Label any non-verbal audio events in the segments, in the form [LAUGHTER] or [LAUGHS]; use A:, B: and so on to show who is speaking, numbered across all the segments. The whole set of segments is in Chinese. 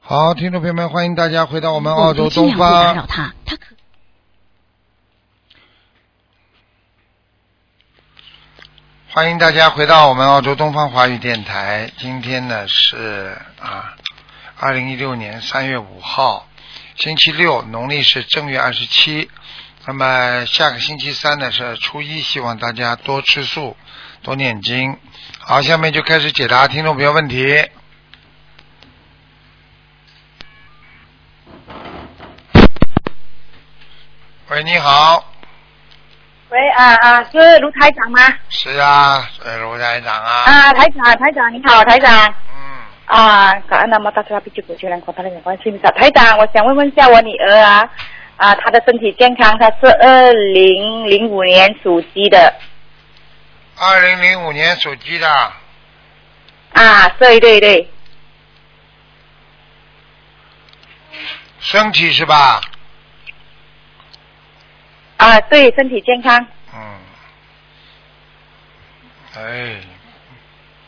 A: 好，听众朋友们，欢迎大家回到我们澳
B: 嗯我
A: 洲
B: 们尽
A: 东
B: 量不打
A: 方
B: 扰。他，他可
A: 欢迎大家回到我们澳洲东方华语电台。今天呢是啊，二零一六年三月五号，星期六，农历是正月二十七。那么下个星期三呢是初一，希望大家多吃素，多念经。好，下面就开始解答听众朋友问题。喂，你好，
C: 喂啊啊，是卢台长吗？
A: 是啊，呃，卢台长
C: 啊，台长，台长你好，台长
A: 嗯，
C: 啊，感恩南无大慈大悲救苦救难广大灵感观世音菩萨。台长，我想问问一下我女儿啊啊，她的身体健康，她是二零零五年属鸡的
A: 二零零五年属鸡的，
C: 啊，对对对，
A: 身体是吧？
C: 啊对，身体健康
A: 嗯，哎，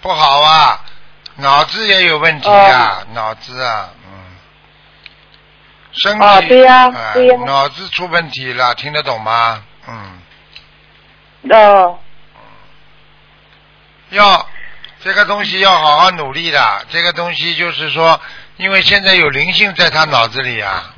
A: 不好啊，脑子也有问题
C: 哦
A: 啊，脑子啊，嗯，身体
C: 哦对呀
A: 哎
C: 对呀
A: 脑子出问题了，听得懂吗？嗯，
C: 哦
A: 要这个东西要好好努力的，这个东西就是说，因为现在有灵性在他脑子里啊，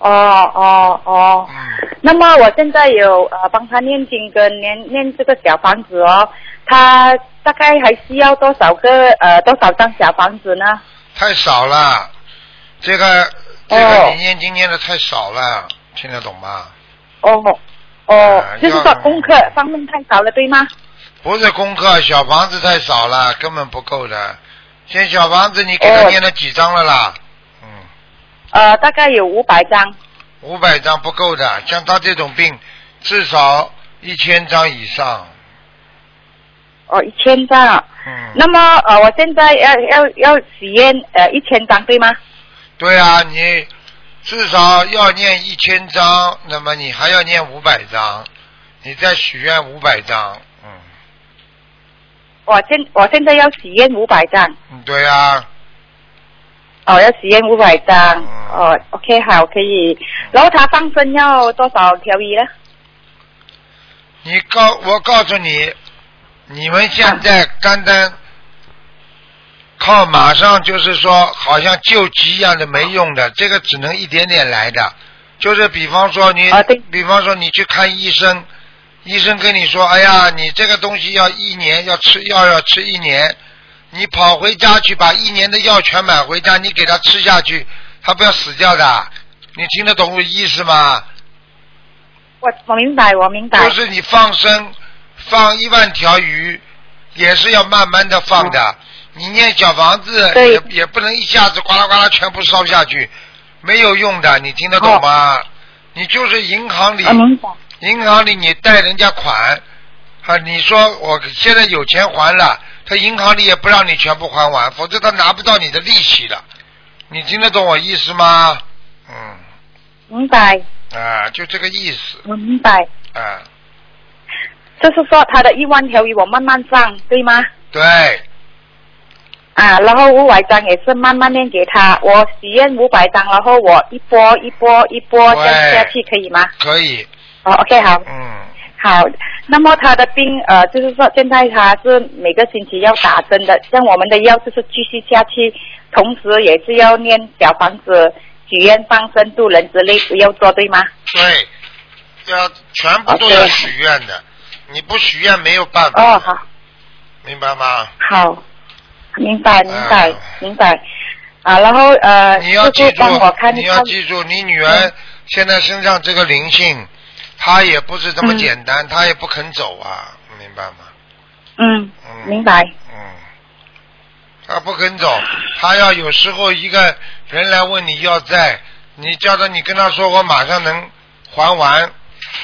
C: 哦哦哦。
A: 嗯，
C: 那么我现在有呃帮她念经跟念念这个小房子哦，她大概还需要多少个呃多少张小房子呢？
A: 太少了，这个这
C: 哦
A: 个你念经念的太少了，听得懂吗？
C: 哦哦
A: 啊，
C: 就是
A: 要
C: 说功课方面太少了，对吗？
A: 不是功课，小房子太少了，根本不够的。现在小房子你给他
C: 哦
A: 念了几张了啦？嗯，
C: 呃，大概有五百张。
A: 五百张不够的，像他这种病，至少一千张以上。
C: 哦，一千张啊。
A: 嗯，
C: 那么呃，我现在要要要许愿呃一千张对吗？
A: 对啊，你至少要念一千张，那么你还要念五百张，你再许愿五百张。嗯
C: 我现我现在要许愿五百张，
A: 嗯，对啊，
C: 哦，要许愿五百张
A: 嗯，
C: 哦，OK 好可以。然后他放生要多少条鱼呢？
A: 你告我告诉你，你们现在单单靠马上就是说，好像救急一样的没用的，这个只能一点点来的。就是比方说你，
C: 啊对
A: 比方说你去看医生，医生跟你说，哎呀，你这个东西要一年要吃药要吃一年，你跑回家去把一年的药全买回家，你给他吃下去，他不要死掉的。你听得懂我意思吗？
C: 我我明白，我明白。
A: 就是你放生，放一万条鱼，也是要慢慢的放的。你念小房子
C: 嗯对
A: 也也不能一下子呱啦呱啦全部烧下去，没有用的，你听得懂吗？你就是银行里，
C: 我哦啊明白。
A: 银行里你贷人家款，啊，你说我现在有钱还了，他银行里也不让你全部还完，否则他拿不到你的利息的。你听得懂我意思吗？嗯，
C: 明白，
A: 啊，就这个意思，
C: 我明白，
A: 啊，
C: 就是说他的一万条鱼我慢慢放，对吗？
A: 对。
C: 啊，然后五百张也是慢慢念给他，我许愿五百张，然后我一波一波一波这样下去，可以吗？
A: 可以，
C: 哦，OK，好，
A: 嗯，
C: 好。那么他的病，呃，就是说现在他是每个星期要打针的，像我们的药就是继续下去，同时也是要念小房子、许愿、放生、渡人之类，不要做，对吗？
A: 对，要全部都
C: OK
A: 要许愿的，你不许愿没有办法，
C: 哦，好，
A: 明白吗？
C: 好，明白，明白
A: 嗯，
C: 明白。啊，然后呃，
A: 你要
C: 就
A: 记
C: 是
A: 住
C: 帮我，看嗯
A: 你
C: 一
A: 要
C: 看，
A: 记住，你女儿现在身上这个灵性，她也不是这么
C: 嗯
A: 简单，她也不肯走啊，明白吗？
C: 嗯，
A: 嗯，
C: 明白。
A: 嗯，他不肯走，他要有时候一个人来问你要债，你叫他你跟他说我马上能还完，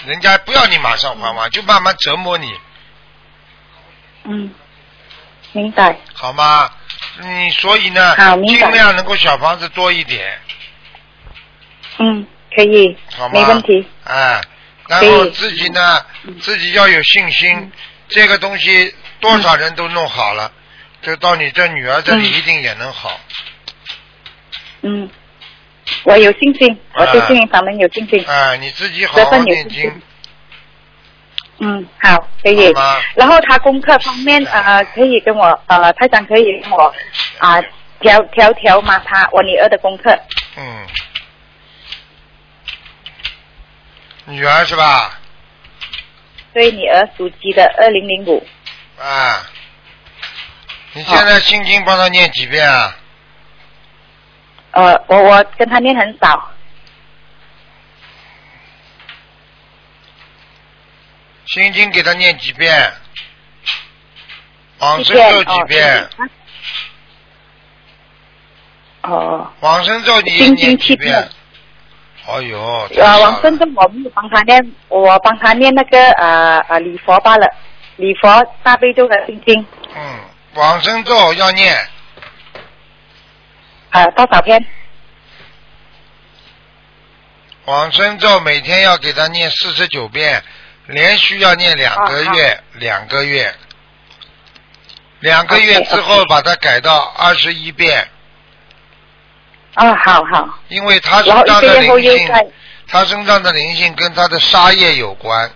A: 人家不要你马上还完，就慢慢折磨你，
C: 嗯，明白。
A: 好吗？你所以呢
C: 好，明白
A: 尽量能够小房子多一点，
C: 嗯，可以，
A: 好吗？
C: 没问题。嗯
A: 哎，然
C: 可以
A: 后自己呢，自己要有信
C: 嗯
A: 心，这个东西多少人都弄好了，就到你这女儿这里一定也能好，
C: 嗯，我有信心，我对心灵法门有信心。
A: 啊，你自己好
C: 十
A: 好
C: 嗯分有
A: 念
C: 信
A: 经
C: 心，嗯，好，可以
A: 好吗。啊
C: 然后他功课方面，呃，可以跟我，呃，台长可以跟我啊、调调调吗？他我女儿的功课，
A: 嗯。女儿是吧？
C: 对女儿属鸡的，二零零五，
A: 啊。你现在心经帮他念几遍啊？
C: 呃，我我跟他念很少，
A: 心经给他念几遍？往
C: 一
A: 生
C: 遍
A: 咒哦几遍？
C: 哦，
A: 往生咒你也
C: 心经
A: 念几
C: 七
A: 遍
C: 遍？
A: 哎呦，
C: 呃，
A: 太少
C: 啊
A: 了
C: 往生咒我没有帮他念，我帮他念那个呃呃礼佛罢了，礼佛大悲咒和心经，
A: 嗯，往生咒要念，
C: 呃多少篇？
A: 往生咒每天要给他念四十九遍，连续要念两个月，
C: 啊
A: 两个月，两个月
C: OK，OK
A: 之后把它改到二十一遍，啊
C: 哦，好好，
A: 因为他身
C: 然后
A: 上
C: 一
A: 的
C: 个月后
A: 灵
C: 又
A: 性，
C: 在，
A: 他身上的灵性跟他的杀业有关，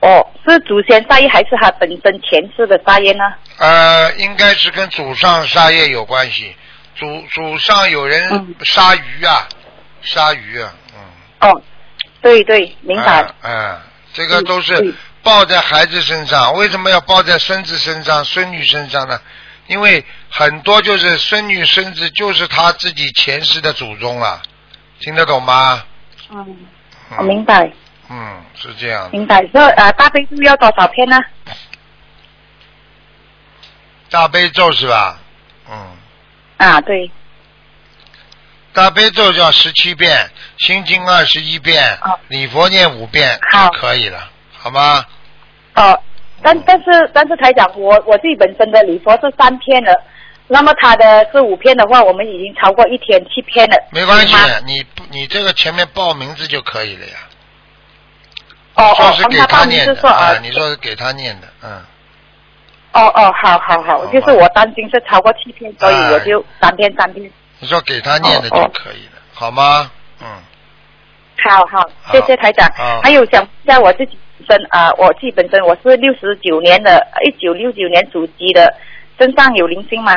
C: 哦，是祖先杀业还是他本身前世的杀业呢？
A: 呃，应该是跟祖上杀业有关系，祖祖上有人
C: 嗯
A: 杀鱼啊，杀鱼啊，嗯。
C: 哦，对对，明白。
A: 嗯、嗯这个都是
C: 嗯
A: 抱在孩子身上，为什么要抱在孙子身上、孙女身上呢？因为很多就是孙女、孙子就是他自己前世的祖宗了，听得懂吗？
C: 嗯，我
A: 嗯，
C: 明白
A: 嗯是这样的。
C: 明白。那呃，大悲咒要多少篇呢？
A: 大悲咒是吧？嗯，
C: 啊，对，
A: 大悲咒叫十七遍，心经二十一遍
C: 哦，
A: 礼佛念五遍
C: 好
A: 就可以了，好吗？
C: 哦，但但是但是台长，我我自己本身的礼佛是三篇了，那么他的是五篇的话，我们已经超过一天七篇了。
A: 没关系
C: 行吗，
A: 你不你这个前面报名字就可以了呀。
C: 哦
A: 说
C: 哦，
A: 是
C: 帮
A: 给
C: 他报名
A: 念
C: 就
A: 的
C: 说
A: 啊
C: 呃，
A: 你说是给他念的，嗯，
C: 哦哦，好好
A: 好
C: 好，
A: 吧
C: 就是我担心是超过七篇，所以
A: 哎
C: 我就三篇三篇。
A: 你说给他念的
C: 哦
A: 就可以了，好吗？嗯，
C: 好好，谢谢台长
A: 好。
C: 还有想一下我自己本身啊、呃我自己本身我是六十九年的，一九六九年属鸡的，身上有灵性吗？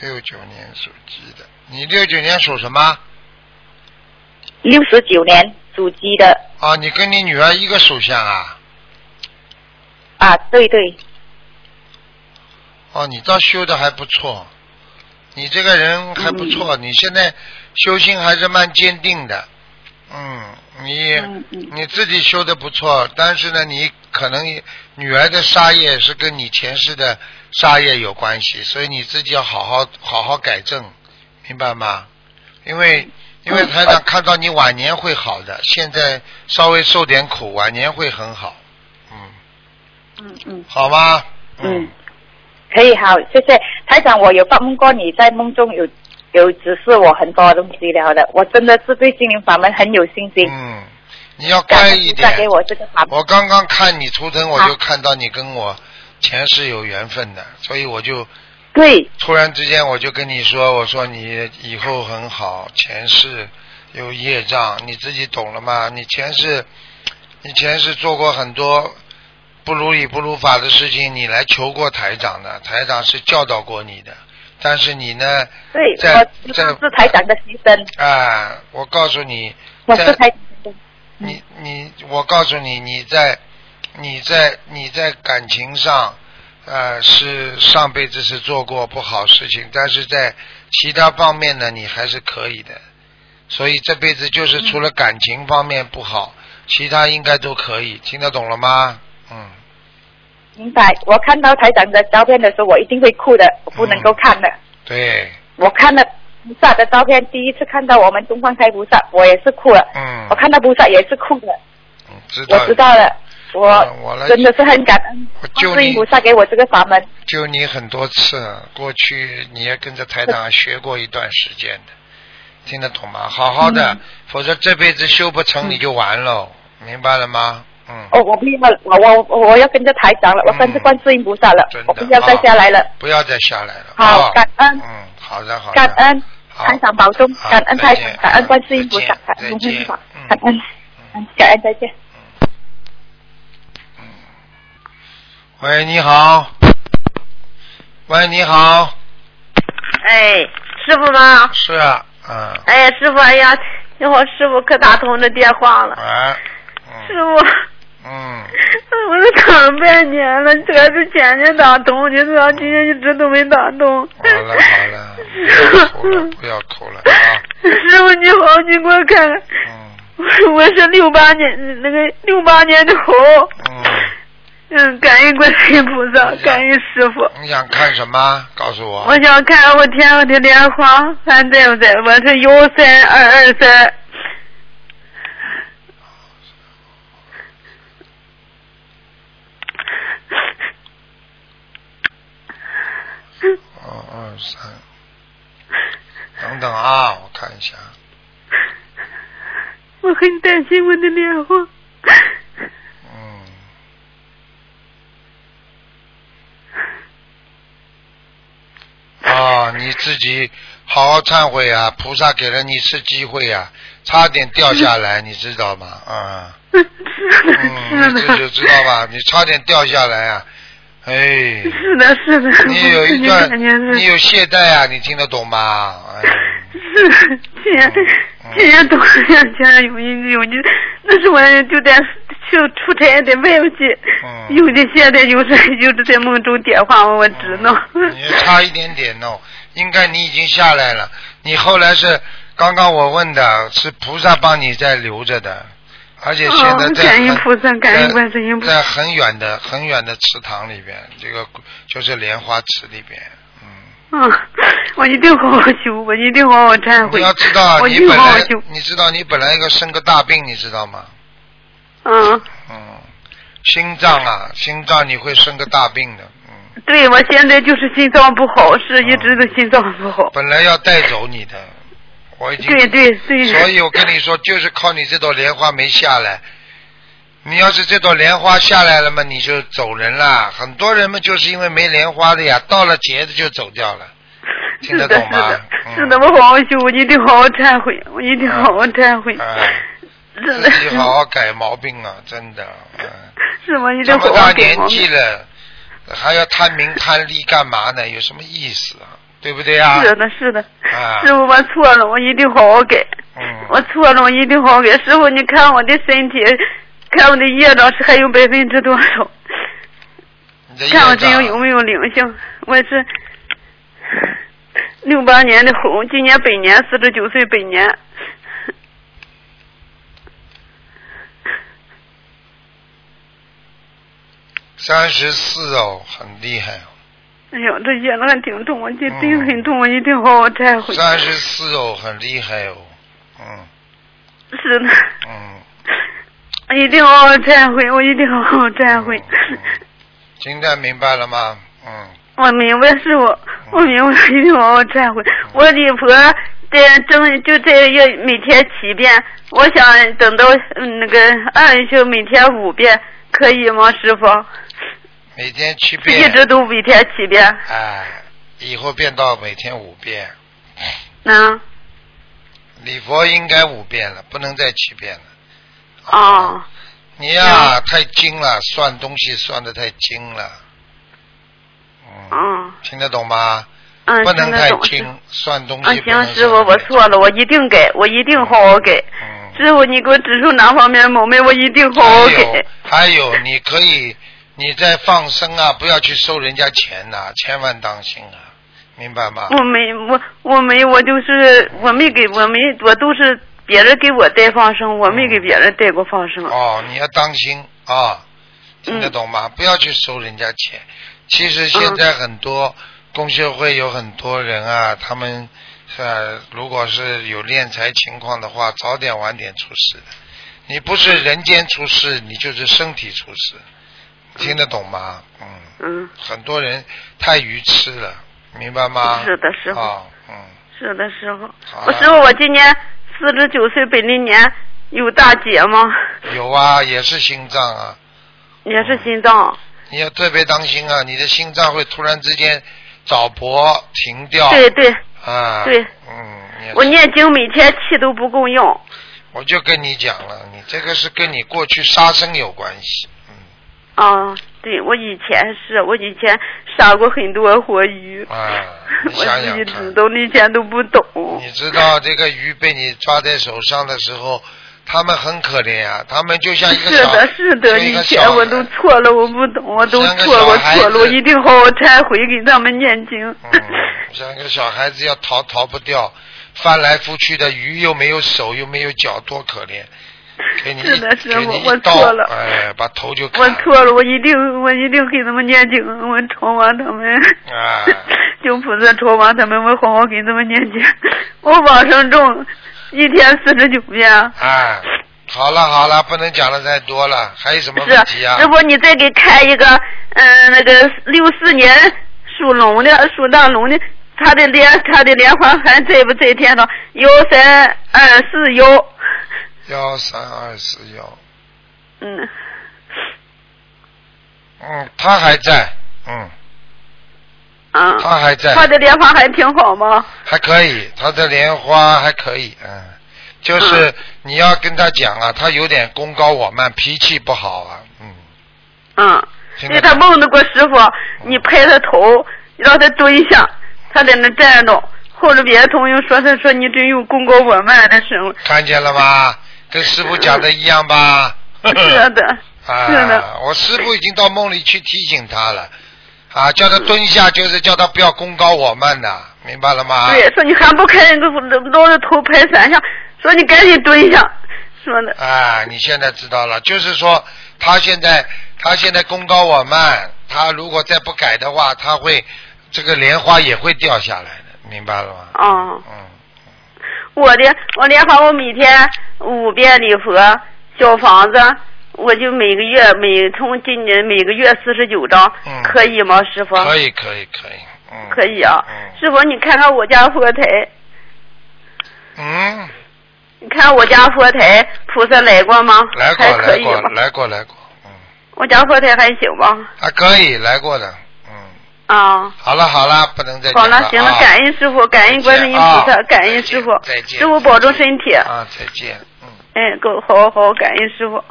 A: 六九年属鸡的，你六九年属什么？
C: 六十九年属鸡的
A: 啊，你跟你女儿一个属相啊？
C: 啊，对对，
A: 哦，你倒修的还不错，你这个人还不错，你现在修心还是蛮坚定的，嗯，你
C: 嗯嗯，
A: 你自己修的不错，但是呢，你可能女儿的杀业是跟你前世的杀业有关系，所以你自己要好好好好改正，明白吗？因为
C: 嗯
A: 因为台长看到你晚年会好的，现在稍微受点苦，晚年会很好，嗯，
C: 嗯嗯
A: 好吗？
C: 嗯，可以好，谢谢台长，我有发梦过你在梦中有有指示我很多东西了的，我真的是对心灵法门很有信心。
A: 嗯，你要
C: 感
A: 乖
C: 恩
A: 一
C: 菩萨
A: 点
C: 给。我这个法门。
A: 我刚刚看你图腾，我
C: 好
A: 就看到你跟我前世有缘分的，所以我就
C: 对，
A: 突然之间我就跟你说，我说你以后很好，前世有业障，你自己懂了吗？你前世，你前世做过很多不如理不如法的事情，你来求过台长的，台长是教导过你的，但是你呢，
C: 对，
A: 在
C: 我知道
A: 在
C: 是台长的牺牲，
A: 啊，我告诉你，
C: 我
A: 在
C: 是台长的牺牲。嗯
A: 你你，我告诉你，你在你在你在感情上，呃，是上辈子是做过不好事情，但是在其他方面呢，你还是可以的。所以这辈子就是除了感情方面不好，其他应该都可以。听得懂了吗？嗯，
C: 明白。我看到台长的照片的时候，我一定会哭的，我不能够看的。
A: 嗯对，
C: 我看了菩萨的照片，第一次看到我们东方台菩萨，我也是哭了。
A: 嗯
C: 我，看到菩萨也是哭的，
A: 嗯知
C: 我
A: 道，
C: 知道了。
A: 嗯我
C: 我
A: 来
C: 真的是很感恩
A: 我，救
C: 观
A: 你
C: 世音菩萨给我这个法门。
A: 救你很多次了，过去你也跟着台
D: [LAUGHS]
A: 长学过一段时间的，听得懂吗？好好的，
C: 嗯
A: 否则这辈子修不成你就完了，明白了吗？嗯，
D: 嗯哦，我不要，我我我要跟着台长了，我跟着
A: 嗯
D: 观世音菩萨了
A: 真，的
D: 我不要再下来了。
A: 不要再下来了。
D: 好
A: 啊
D: 感恩
A: 嗯，好的，好的。
D: 感恩
A: 好
D: 台长保重，
A: 好
D: 感恩台
A: 再见
D: 长，感恩观世音菩萨，
A: 再
D: 感
A: 见
D: 恩观世音菩萨
A: 再见，
D: 感恩，嗯感恩再见。
A: 喂，你好。喂，你好。
E: 哎，师傅吗？
A: 是啊，嗯，
E: 哎，师傅，哎呀，一会儿师傅可打通了电话了。
A: 喂，
E: 师
A: 嗯
E: 傅，
A: 嗯，
E: 我都等半年了，这是前天打通，你知道今天一直都没打通。
A: 好了好
D: [LAUGHS]
A: 了，不要哭了，不要哭了啊，
E: [LAUGHS] 师傅你好，你给我看看，
A: 嗯
E: 我我是六八年那个六八年的猴。
A: 嗯，
E: 嗯，感恩观世音菩萨，感恩师傅。
A: 你想看什么？告诉我
E: 我。想看看我天上的莲花还在不在？我是幺三二二三。
A: 二二三，等等啊，我看一下，
E: 我很担心我的莲花。
A: 嗯，啊，你自己好好忏悔啊！菩萨给了你一次机会啊，差点掉下 [LAUGHS] 来，你知道吗？ [LAUGHS] 啊、
E: 是
A: 嗯，
E: 的，
A: 你
E: 是
A: 这
E: 的，
A: 就知道吧，你差点掉下来啊， [LAUGHS] 哎，
E: [LAUGHS] 是的，是的。
A: 你有一段
E: 我自己感觉，是
A: 你有懈怠啊，你听得懂吗？哎，
E: [LAUGHS] 是的，去年
A: 嗯
E: 去年冬天前有一有一，那是我就在去出差在外面去，
A: 嗯
E: 有的现在就是就是在梦中电话我我知道。
A: 嗯你差一点点哦，应该你已经下来了。你后来是刚刚我问的，是菩萨帮你在留着的，而且现在
E: 哦
A: 在
E: 感
A: 很、
E: 恩菩萨感恩
A: 在
E: 观世音菩萨
A: 在很远的很远的池塘里边，这个就是莲花池里边。嗯，
E: [LAUGHS] 嗯，我一定好好修，我一定好好忏悔。
A: 你要知道，
E: 我一
A: 你
E: 定
A: 本
E: 好好
A: 来
E: 修。
A: 你知道你本来一个生个大病，你知道吗？
E: 嗯，
A: 嗯，心脏啊，心脏你会生个大病的。嗯，
E: 对，我现在就是心脏不好，是一直都心脏不好。
A: 本来要带走你的，我已经
E: 对对对。
A: 所以我跟你说，就是靠你这朵莲花没下来。你要是这朵莲花下来了嘛，你就走人啦。很多人嘛，就是因为没莲花的呀，到了节子就走掉了。听
E: 是
A: 得
E: 的，
A: 懂
E: 是
A: 吗
E: 的，
A: 嗯
E: 是的，我好好修，我一定好好忏悔，我一定好好忏悔。
A: 哎
E: 是
A: 自
E: 的，
A: 己好好改毛病啊，真的。嗯，
E: 是我一定
A: 这
E: 好
A: 么
E: 好
A: 大
E: 改
A: 年
E: 毛
A: 纪
E: 病。
A: 了，还要贪名贪利干嘛呢？有什么意思啊？对不对啊？
E: 是的，是的，
A: 啊
E: 师傅，我错了，我一定好好改。
A: 嗯
E: 我错了，我一定好好改。师傅，你看我的身体，看我的业障是还有百分之多少？
A: 你的业
E: 看我这
A: 障
E: 有有没有灵性？我是六八年的猴，今年本年四十九岁，本年。
A: 三十四哦，很厉害哦。
E: 哎呦，这业障还挺重，我这
A: 嗯
E: 真很重，我一定好好忏悔。
A: 三十四哦，很厉害哦。嗯
E: 是的，
A: 嗯。
E: 我一定好好忏悔，我一定好好忏悔。
A: 嗯嗯现在明白了吗？嗯，
E: 我明白师傅，我明白，我一定好好忏
A: 嗯
E: 悔。我礼佛在正就这个月每天七遍，我想等到嗯那个二人修每天五遍，可以吗，师傅？
A: 每天七
E: 是一
A: 遍，
E: 直都每天七遍，
A: 哎，以后变到每天五遍，
E: 嗯，
A: 礼佛应该五遍了，不能再七遍了。
E: 哦，嗯
A: 你呀、太精了，算东西算的太精了。嗯，
E: 嗯，
A: 听得懂吗？
E: 嗯，
A: 不能
E: 听
A: 太
E: 得懂。师
A: 精，算东
E: 啊
A: 西，不能算得太精。
E: 行，师傅，我错了，我一定给，我一定好好给。
A: 嗯。哎
E: 师傅，你给我指出哪方面毛病，我一定好好
A: 还
E: 给
A: 有。还有，你可以你在放生啊，不要去收人家钱呐、千万当心啊，明白吗？
E: 我没，我我没，我就是我没给，我没，我都是别人给我带放生，我没给别人带过放生。
A: 嗯哦，你要当心啊，听得懂吗？
E: 嗯
A: 不要去收人家钱。其实现在很多公修会有很多人啊，他们呃，如果是有敛财情况的话，早点晚点出事的。你不是
E: 嗯
A: 人间出事，你就是身体出事，听得懂吗？嗯，
E: 嗯，
A: 很多人太愚痴了，明白吗？
E: 是的，师傅。
A: 啊，嗯，
E: 是的，师傅
A: 好。
E: 我
A: 了
E: 师傅，我今年四十九岁，本历年有大姐吗？
A: 有啊，也是心脏啊，
E: 也是心脏。
A: 你要特别当心啊，你的心脏会突然之间早搏停掉。
E: 对对，
A: 啊，
E: 对，
A: 嗯，你也
E: 我念经每天气都不够用。
A: 我就跟你讲了，你这个是跟你过去杀生有关系，嗯，
E: 啊，对，我以前是我以前杀过很多活鱼，，
A: 啊
E: [LAUGHS]
A: 你
E: 我
A: 想
E: 自己
A: 想
E: 知
A: 看，嗯
E: 道，以前都不懂。
A: 你知道这个鱼被你抓在手上的时候，他们很可怜啊，他们就像一个
E: 是
A: 小，
E: 的，是的，
A: 就一
E: 以
A: 个
E: 前
A: 小
E: 我都
A: 孩
E: 错了，我不懂，我都
A: 像个
E: 错
A: 小
E: 了，我
A: 孩
E: 错了，
A: 子
E: 我一定好好忏悔，给他们念经。
A: 嗯，像一个小孩子要逃逃不掉，翻来覆去的鱼又没有手又没有脚，多可怜！给你一
E: 是的是的
A: 给你
E: 我
A: 一
E: 我
A: 刀
E: 错了
A: 哎，把头就砍
E: [LAUGHS] 我错了，我一定，我一定给他们念经，我筹望他们，
A: 啊！
E: [LAUGHS] 就菩萨筹望他们，我好好给他们念经。我往生咒一天四十九遍。啊
A: 哎，好了好了，不能讲的太多了，还有什么
E: 是哎
A: 问题啊？
E: 师傅，你再给开一个，嗯、那个六四年属龙的，属大龙的，他的莲，他的莲花还在不在天上？幺三二四幺，
A: 幺三二四幺，
E: 嗯，
A: 嗯，他还在，嗯，
E: 啊，
A: 他还在，
E: 他的莲花还挺好吗？
A: 还可以，他的莲花还可以，嗯，
E: 嗯
A: 就是你要跟他讲啊，他有点功高我慢，脾气不好啊，嗯，
E: 嗯，
A: 现
E: 因为
A: 在
E: 他梦到过师
A: 嗯
E: 傅，你拍他头，你让他蹲下，他在那站着。后来别的朋友说，他说你真有功高我慢的时
A: [LAUGHS]
E: 候。
A: 看见了吧？跟师傅讲的一样吧？
E: 是的，是
A: 啊
E: 的，
A: 我师傅已经到梦里去提醒他了，啊，叫他蹲下，就是叫他不要功高我慢的，明白了吗？
E: 对，说你还不开，你挠着头拍三下，说你赶紧蹲下，说的，
A: 啊，你现在知道了，就是说他现在他现在功高我慢，他如果再不改的话，他会这个莲花也会掉下来的，明白了吗？
E: 哦
A: 嗯，
E: 我的我莲花我每天五遍礼佛，小房子，我就每个月每从今年每个月四十九张，
A: 嗯
E: 可以吗，师傅？
A: 可以可以可以，嗯，
E: 可以啊，
A: 嗯
E: 师傅你看看我家佛台，
A: 嗯，
E: 你看我家佛台菩萨来过吗？
A: 来过
E: 还可
A: 来
E: 以啊
A: 过
E: 吗？
A: 来过来过，嗯，
E: 我家佛台还行吧？
A: 还可以来过的，嗯。
E: 啊。
A: 好了好了，不能再
E: 好
A: 讲
E: 了，行了
A: 啊，
E: 感恩师傅，感恩观世音菩
A: 再见
E: 萨
A: 啊，
E: 感恩师傅
A: 再见再，见
E: 师傅保重身体。
A: 啊，再见。嗯，
E: 哎，够好好，感恩师傅。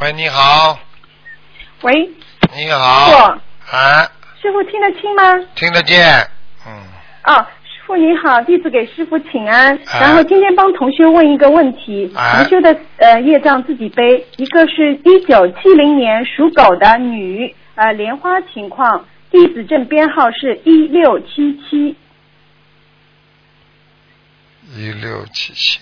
A: 喂，你好，
F: 喂，
A: 你
F: 师
A: 好，
F: 傅，
A: 啊，
F: 师傅听得清吗？
A: 听得见，嗯，
F: 哦，师傅您好，弟子给师傅请安。
A: 啊
F: 然后今天帮同学问一个问题，
A: 啊
F: 同学的呃业障自己背。一个是一九七零年属狗的女，呃莲花情况，弟子证编号是一六七七。
A: 一六七七。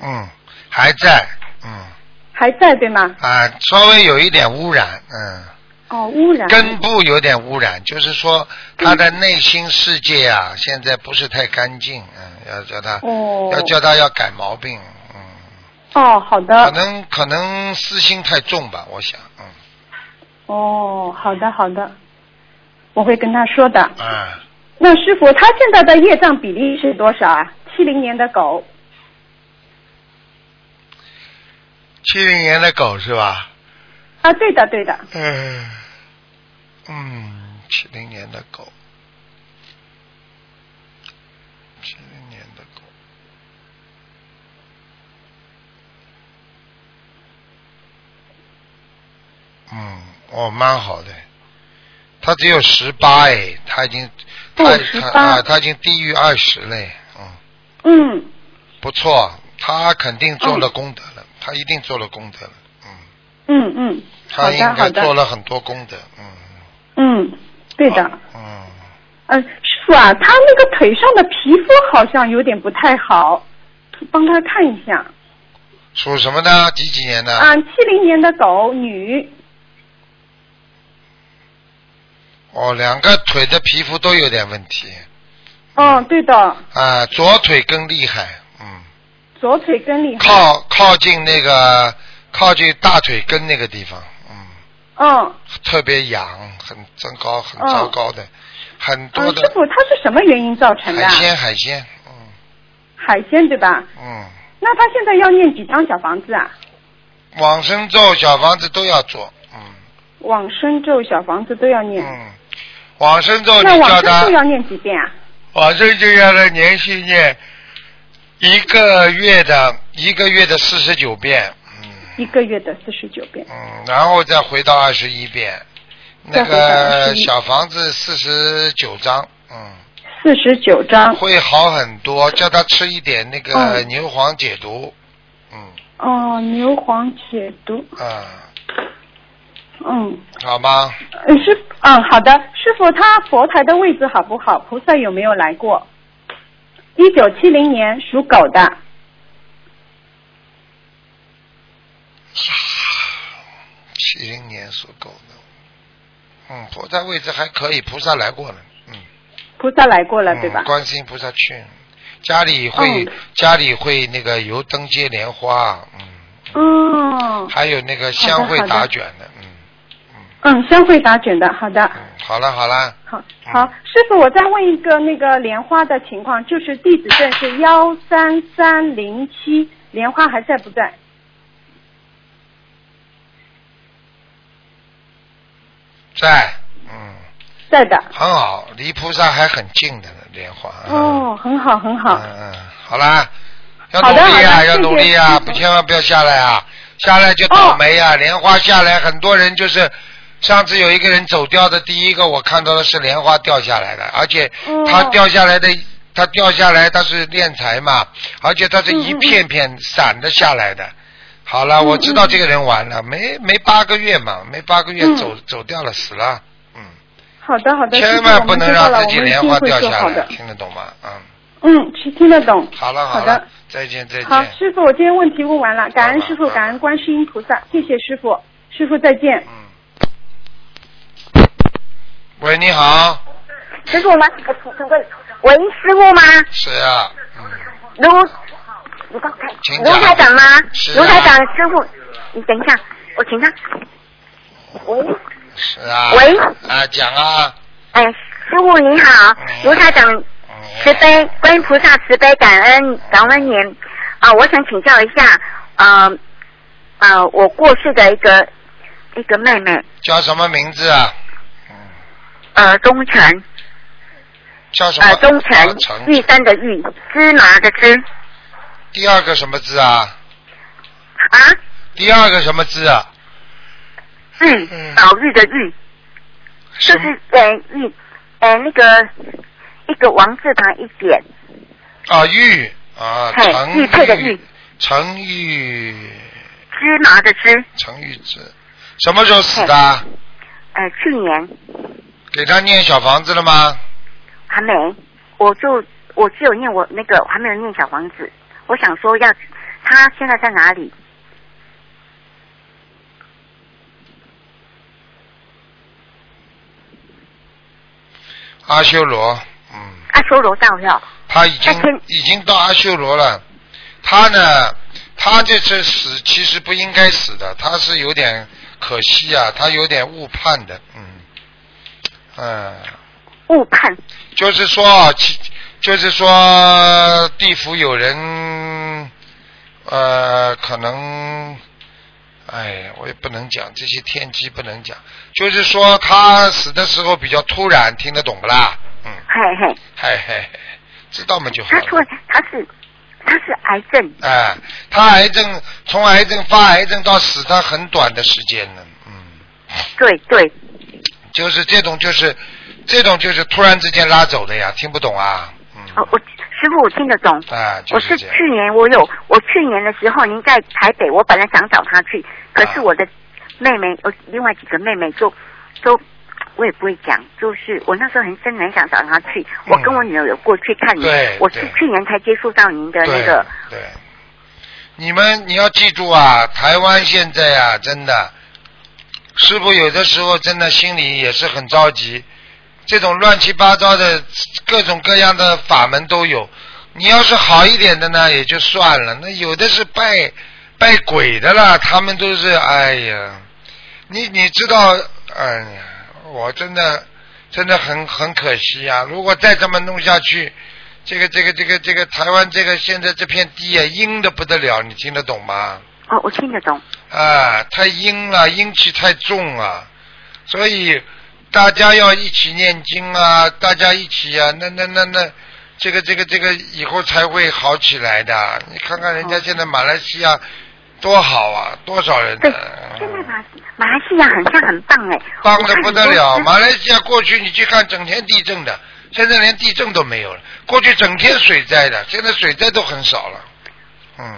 A: 嗯，还在，嗯，
F: 还在对吗？
A: 啊，稍微有一点污染，嗯，
F: 哦，污染。
A: 根部有点污染，就是说他的内心世界啊，现在不是太干净，嗯，要叫他，
F: 哦
A: 要叫他要改毛病，嗯，
F: 哦，好
A: 可
F: 的。
A: 能可能私心太重吧，我想，嗯，
F: 哦，好的好的，我会跟他说的。
A: 啊，
F: 那师傅他现在的业障比例是多少啊？七零年的狗。
A: 七零年的狗是吧？
F: 啊，对的对的。
A: 嗯，嗯，七零年的狗，七零年的狗，嗯，哦，蛮好的，他只有十八哎，他已经，他、
F: 哦
A: 他
F: 18
A: 啊，他已经低于二十嘞，嗯，
F: 嗯。
A: 不错，他肯定做
F: 哦
A: 了功德了，他一定做了功德了，嗯，
F: 嗯，嗯，好
A: 他应
F: 的好
A: 该做
F: 的，
A: 了很多功德，嗯。
F: 嗯，对的，
A: 嗯，
F: 嗯，师傅啊，他那个腿上的皮肤好像有点不太好，帮他看一下。
A: 属什么呢？几几年的？
F: 啊，七零年的狗女，
A: 哦，两个腿的皮肤都有点问题
F: 哦，对的，
A: 啊，左腿更厉害，嗯，
F: 左腿更厉害。
A: 靠靠近那个靠近大腿根那个地方，嗯，
F: 嗯
A: 特别痒，很糟糕，很糟糕的，很多
F: 哦嗯，师
A: 的
F: 傅，它是什么原因造成的
A: 海
F: 啊？
A: 鲜海鲜，嗯
F: 海鲜对吧？
A: 嗯，
F: 那他现在要念几张小房子啊？
A: 往生咒、小房子都要做，嗯
F: 往生咒、小房子都要念。
A: 嗯，往生咒嗯
F: 那
A: 哦你
F: 往
A: 叫
F: 生
A: 他
F: 咒要念几遍啊？
A: 往生就要他连续念一个月的一个月的四十九遍，嗯
F: 一个月的四十九遍。
A: 嗯，然后再回到二十一遍，那
F: 再回到
A: 个
F: 21
A: 小房子四十九张，嗯。
F: 四十九章。
A: 会好很多，叫他吃一点那个
F: 嗯
A: 牛黄解毒，嗯
F: 哦，牛黄解毒。
A: 啊、
F: 嗯，
A: 好吗？
F: 呃师傅，嗯，好的，师傅，他佛台的位置好不好？菩萨有没有来过？一九七零年属狗的，
A: 七零年属狗的，嗯，菩萨位置还可以，菩萨来过了，嗯，
F: 菩萨来过了，对吧
A: 嗯，？观世音菩萨去，家里会、
F: 嗯
A: 家里会那个油灯接莲花，嗯，
F: 哦，
A: 还有那个香会
F: 好的好的
A: 打卷的，嗯
F: 嗯，香会打卷的，好的，
A: 嗯，好了好了，
F: 好，好，师傅，我再问一个那个莲花的情况，就是地址证是幺三三零七，莲花还在不在？
A: 在，嗯，
F: 在的。
A: 很好，离菩萨还很近的呢莲花，嗯
F: 哦，很好，很好。
A: 嗯，嗯，好啦，要努
F: 好的
A: 力
F: 好
A: 啊，
F: 的
A: 要
F: 谢谢哦
A: 努力啊，
F: 师傅
A: 不千万不要下来啊，下来就倒霉啊！莲花下来，很多人就是上次有一个人走掉的，第一个我看到的是莲花掉下来的，而且
F: 哦
A: 他掉下来的，他掉下来他是敛财嘛，而且他是一
F: 嗯嗯
A: 片片散的下来的。好了，我知道这个人完了，没没八个月嘛，没八个月
F: 嗯
A: 走、走掉了，死了，嗯，
F: 好的，好的，师
A: 千
F: 傅，
A: 万
F: 我
A: 不
F: 们
A: 能
F: 知道
A: 让
F: 了，
A: 自
F: 我
A: 己
F: 们一
A: 莲
F: 定
A: 花
F: 会
A: 掉
F: 做
A: 下
F: 好
A: 来
F: 的，。
A: 听得懂吗？嗯。
F: 嗯，听听得懂。
A: 好了
F: 好
A: 了
F: 的，
A: 再见再
F: 好，
A: 见。
F: 师傅，我今天问题问完了，感恩师
A: 好
F: 傅，
A: 吧
F: 感恩观世音菩萨，谢谢师傅，师傅再见。
A: 嗯。喂，你好，
G: 师傅吗？喂，师傅吗？
A: 是啊，嗯，
G: 卢
A: 请
G: 卢
A: 讲
G: 台长吗
A: 是？啊
G: 卢台长，师傅，你等一下，我请他。喂，
A: 是啊。
G: 喂
A: 啊，讲啊。
G: 哎，师傅你好，
A: 哎
G: 卢台长慈
A: 嗯。
G: 悲，观音菩萨慈悲，感恩感恩您。啊、我想请教一下，呃呃，我过世的一个一个妹妹，
A: 叫什么名字啊？
G: 呃，钟诚，
A: 叫什么？
G: 呃，钟
A: 啊
G: 诚，玉
A: 成。
G: 山的玉，芝麻的芝，
A: 嗯第二个什么字啊？
G: 啊，
A: 第二个什么字啊？
G: 玉
A: 嗯，
G: 宝玉的玉。
A: 什
G: 就
A: 么
G: 是呃一呃那个一个王字旁一点，
A: 啊玉啊
G: 嘿
A: 成
G: 玉佩的玉，
A: 成玉
G: 芝麻的芝，
A: 成玉字，什么时候死的啊？
G: 呃去年
A: 给他念小房子了吗？
G: 还没，我就我只有念我那个还没有念小房子，我想说要他现在在哪里？
A: 阿修罗，嗯。
G: 阿修罗道要
A: 他已经
G: 那可以
A: 已经到阿修罗了。他呢，他这次死其实不应该死的，他是有点可惜啊，他有点误判的，嗯，嗯，
G: 误判
A: 就是说，其就是说，地府有人，呃，可能，哎，我也不能讲这些天机不能讲，就是说他死的时候比较突然，听得懂不啦？嗯，
G: 嘿嘿，
A: 嘿嘿，嘿知道嘛就好
G: 他
A: 了。
G: 突然他是他是癌症，
A: 哎，他癌症从癌症发癌症到死，他很短的时间呢，嗯，
G: 对对，
A: 就是这种就是这种就是突然之间拉走的呀，听不懂啊，
G: 哦
A: 嗯，
G: 我师傅我听得懂。
A: 哎，就
G: 我
A: 是
G: 是
A: 这样，
G: 去年我有，我去年的时候您在台北，我本来想找他去，可
A: 啊
G: 是我的妹妹，我另外几个妹妹就都我也不会讲，就是我那时候很真的很想找他去，我跟我女儿有过去看您，
A: 嗯对
G: 我是
A: 对
G: 去年才接触到您的那
A: 对
G: 个，
A: 对，你们你要记住啊，台湾现在啊，真的，师傅有的时候真的心里也是很着急，这种乱七八糟的各种各样的法门都有。你要是好一点的呢，也就算了。那有的是拜拜鬼的啦，他们都是哎呀，你你知道，哎呀，我真的真的很很可惜呀、如果再这么弄下去，这个这个这个这个台湾这个现在这片地也阴的不得了，你听得懂吗？
G: 哦，我听得懂。
A: 啊，太阴了，阴气太重了，所以大家要一起念经啊，大家一起啊，那那那那，这个这个这个以后才会好起来的。你看看
G: 哦
A: 人家现在马来西亚多好啊，多少人呢
G: 对？现在马马来西亚很像很棒哎，
A: 棒的不得了！
G: [LAUGHS] 我看很多
A: 马来西亚过去你去看，整天地震的，现在连地震都没有了。过去整天水灾的，现在水灾都很少了。嗯，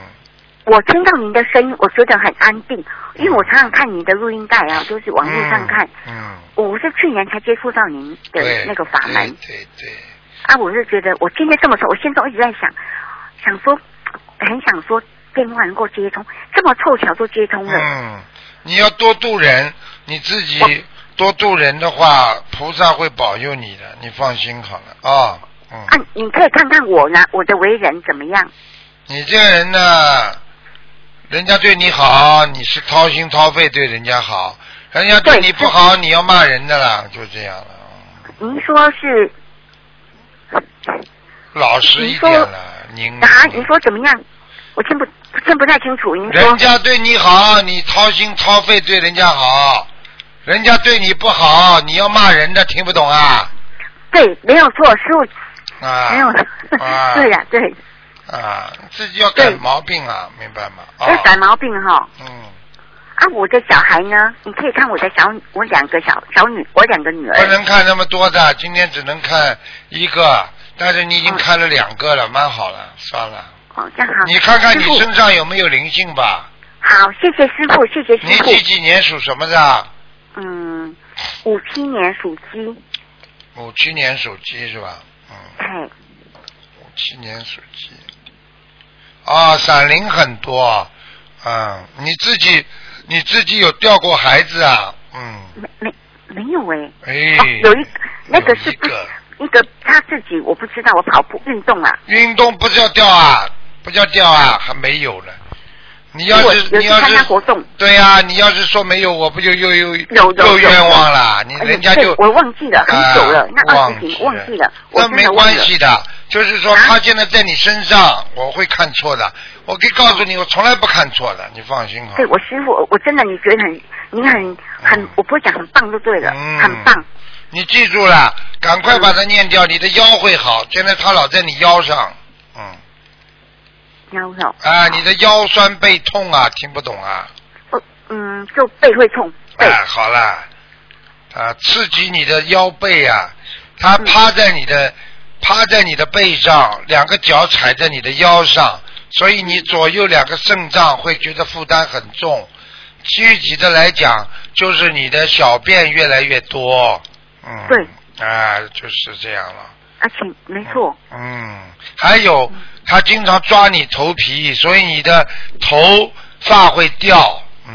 G: 我听到您的声音，我觉得很安定，因为我常常看您的录音带啊，就是网络上看。
A: 嗯，嗯，
G: 我是去年才接触到您的
A: 对，
G: 那个法门
A: 对对对，
G: 啊，我是觉得我今天这么说，我心中一直在想，想说很想说电话能够接通，这么凑巧就接通了。
A: 嗯，你要多度人，你自己多度人的话，菩萨会保佑你的，你放心好了啊、嗯，
G: 啊，你可以看看我呢，我的为人怎么样？
A: 你这个人呢，人家对你好，你是掏心掏肺对人家好，人家对
G: 对
A: 你不好，你要骂人的啦，就这样了，
G: 您说是
A: 嗯老实一
G: 你说
A: 点了，您
G: 啊？您说怎么样？我听不听不太清楚。您说
A: 人家对你好，你掏心掏肺对人家好，人家对你不好，你要骂人的，听不懂啊？
G: 对，没有错，师傅
A: 啊，
G: 没有。
A: 啊
G: [LAUGHS] 对呀、对，
A: 啊，自己要改
G: 对
A: 毛病啊，明白吗？啊、
G: 要改毛病哈、
A: 嗯，
G: 啊，我的小孩呢？你可以看我的小，我两个小小女，我两个女
A: 不
G: 儿。
A: 能看那么多的，今天只能看一个，但是你
G: 啊
A: 已经看了两个了，蛮好了，算了。
G: 哦，这样好。
A: 你看看你
G: 师傅
A: 身上有没有灵性吧？
G: 好，谢谢师傅，谢谢
A: 你
G: 师
A: 几
G: 傅。
A: 几年属什么的？
G: 嗯，五七年属鸡，
A: 五七年属鸡是吧？嗯，
G: 嘿，
A: 五七年属鸡。啊，闪灵很多，嗯，你自己你自己有掉过孩子啊？嗯，
G: 没没没有哎、
A: 哎，
G: 哦，有一那个
A: 有
G: 是
A: 一
G: 不
A: 个
G: 一个他自己我不知道，我跑步运动啊，
A: 运动不叫掉啊，不叫掉啊，还没有呢。你要
G: 我
A: 是
G: 有
A: 你
G: 去
A: 要
G: 参加
A: 是
G: 活动，
A: 对呀、你要是说没有，我不就又又
G: 有有
A: 又冤枉啦？你
G: 哎
A: 人家
G: 对
A: 就
G: 我忘记了很久了
A: 啊
G: 那二十几
A: 忘
G: 忘记了
A: 那
G: 我真的
A: 没关系的。就是说，
G: 啊
A: 他现在在你身上，我会看错的。我可以告诉你，我从来不看错的，你放心好
G: 对。我师傅，我我真的你觉得很你很很，我不会讲很棒就对了，
A: 嗯
G: 很棒。
A: 你记住了，赶快把它念掉，你的腰会好。现在他老在你腰上，嗯，
G: 腰肉
A: 啊，你的腰酸背痛啊，听不懂啊？
G: 哦，嗯，就背会痛，背、
A: 哎，好啦，啊，刺激你的腰背啊，它趴在你的、趴在你的背上，两个脚踩在你的腰上，所以你左右两个肾脏会觉得负担很重。具体的来讲，就是你的小便越来越多。嗯。
G: 对。
A: 啊，就是这样了。
G: 而且啊没错，
A: 嗯，还有他经常抓你头皮，所以你的头发会掉。嗯。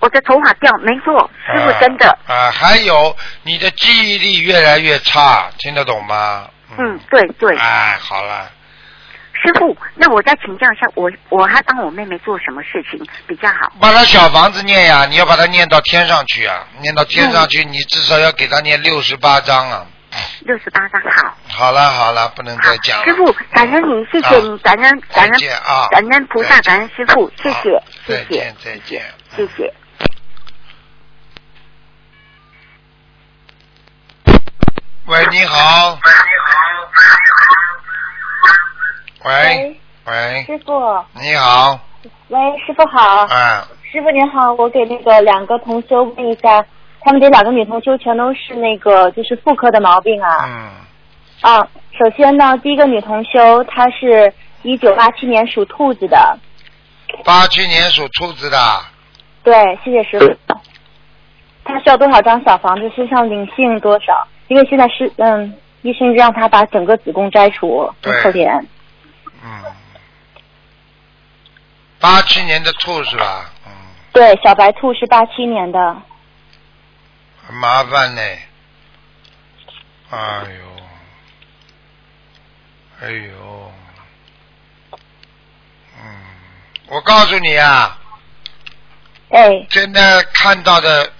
G: 我的头发掉，没错，师傅真的，
A: 啊、啊还有你的记忆力越来越差，听得懂吗？
G: 嗯，对对，
A: 哎，好了，
G: 师傅，那我再请教一下，我我还帮我妹妹做什么事情比较好？
A: 把他小房子念呀，你要把它念到天上去啊，念到天上
G: 嗯
A: 去，你至少要给他念六十八章啊。
G: 六十八张，好，
A: 好了好了，不能
G: 好
A: 嗯再讲，了。啊
G: 师傅，感恩您，谢谢你，感恩感
A: 再
G: 恩
A: 见啊，
G: 感恩菩萨，感恩师傅，谢谢
A: 好，
G: 谢
A: 再
G: 谢
A: 见，再见，
G: 谢谢。
A: 喂，你好，喂，喂，
H: 师傅，
A: 你好，
H: 喂，师傅
G: 哦
H: 好，
A: 啊，
H: 师傅您好，我给那个两个同修问一下，他们这两个女同修全都是那个就是妇科的毛病啊。
A: 嗯，
H: 啊，首先呢，第一个女同修她是一九八七年属兔子的，
A: 八七年属兔子的，
H: 对，谢谢师傅。她需要多少张小房子？身上灵性多少？因为现在是嗯，医生让她把整个子宫摘除，很
A: 对
H: 可怜。
A: 嗯，八七年的兔是吧？嗯，
H: 对，小白兔是八七年的，
A: 很麻烦呢。哎呦，哎呦，嗯，我告诉你啊，
H: 哎，
A: 真的看到的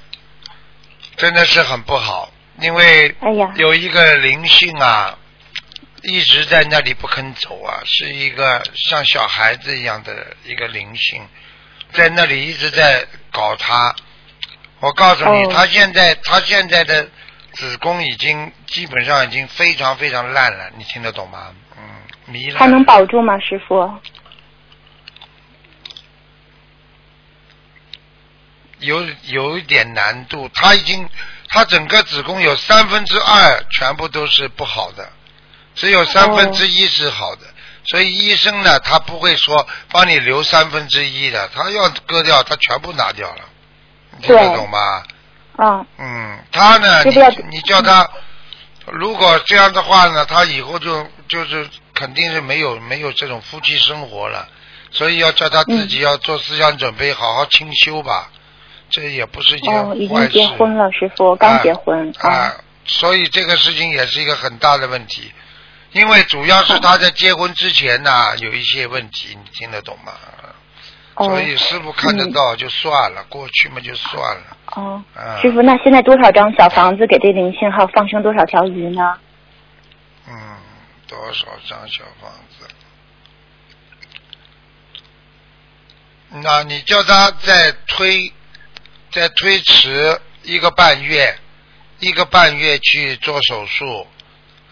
A: 真的是很不好，因为
H: 哎呀，
A: 有一个灵性啊，一直在那里不肯走啊，是一个像小孩子一样的一个灵性，在那里一直在搞他。我告诉你，
H: 哦
A: 他现在他现在的子宫已经基本上已经非常非常烂了，你听得懂吗？嗯，糜烂。
H: 还能保住吗，师傅？
A: 有有一点难度，他已经他整个子宫有三分之二全部都是不好的，只有三分之一是好的，所以医生呢他不会说帮你留三分之一的，他要割掉他全部拿掉了，你听得
H: 对
A: 懂吗？
H: 啊，
A: 嗯，他呢，
H: 就
A: 你
H: 是要
A: 你叫他，如果这样的话呢，他以后就就是肯定是没有没有这种夫妻生活了，所以要叫他自
H: 嗯
A: 己要做思想准备，好好清修吧，这也不啊是一件
H: 哦，已
A: 坏
H: 经
A: 事。
H: 结婚了，师傅刚结婚哦
A: 啊，所以这个事情也是一个很大的问题，因为主要是他在结婚之前呢、有一些问题，你听得懂吗？
H: 哦
A: 所以师傅看得到就算了，过去嘛就算了。
H: 哦，
A: 啊、
H: 师傅，那现在多少张小房子给这灵性，还有放生多少条鱼呢？
A: 嗯，多少张小房子？那你叫他再推，再推迟一个半月，一个半月去做手术，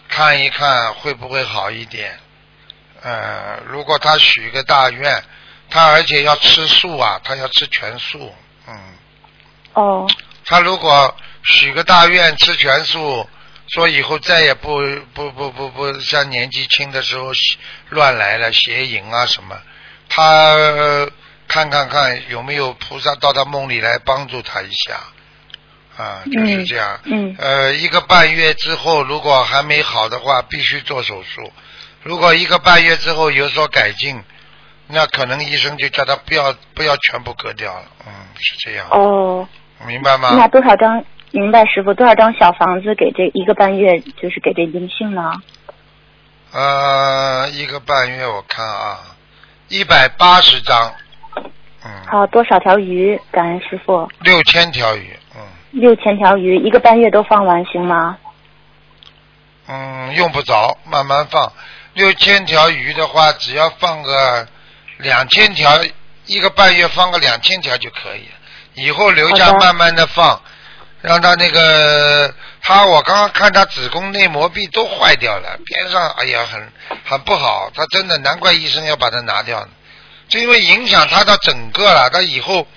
A: 看一看会不会好一点。呃，如果他许个大愿，他而且要吃素啊，他要吃全素，嗯。
H: 哦，
A: 他如果许个大愿吃全素，说以后再也不不不不不像年纪轻的时候乱来了邪淫啊什么，他、呃看看看有没有菩萨到他梦里来帮助他一下，啊，就是这样。
H: 嗯，
A: 呃，一个半月之后如果还没好的话，必须做手术。如果一个半月之后有所改进，那可能医生就叫他不要不要全部割掉了。嗯，是这样，
H: 哦，
A: 明白吗？
H: 那多少张？明白，师傅，多少张小房子给这一个半月，就是给这灵性呢？
A: 呃，一个半月我看啊，一百八十张，嗯，
H: 还有多少条鱼？感恩师傅，
A: 六千条鱼，嗯
H: 六千条鱼，一个半月都放完行吗？
A: 嗯，用不着，慢慢放。六千条鱼的话，只要放个两千条，一个半月放个两千条就可以了。以后留下
H: 好的
A: 慢慢的放，让他那个他，我刚刚看他子宫内膜壁都坏掉了，边上哎呀很很不好，他真的难怪医生要把它拿掉呢。就因为影响他的整个了，他以后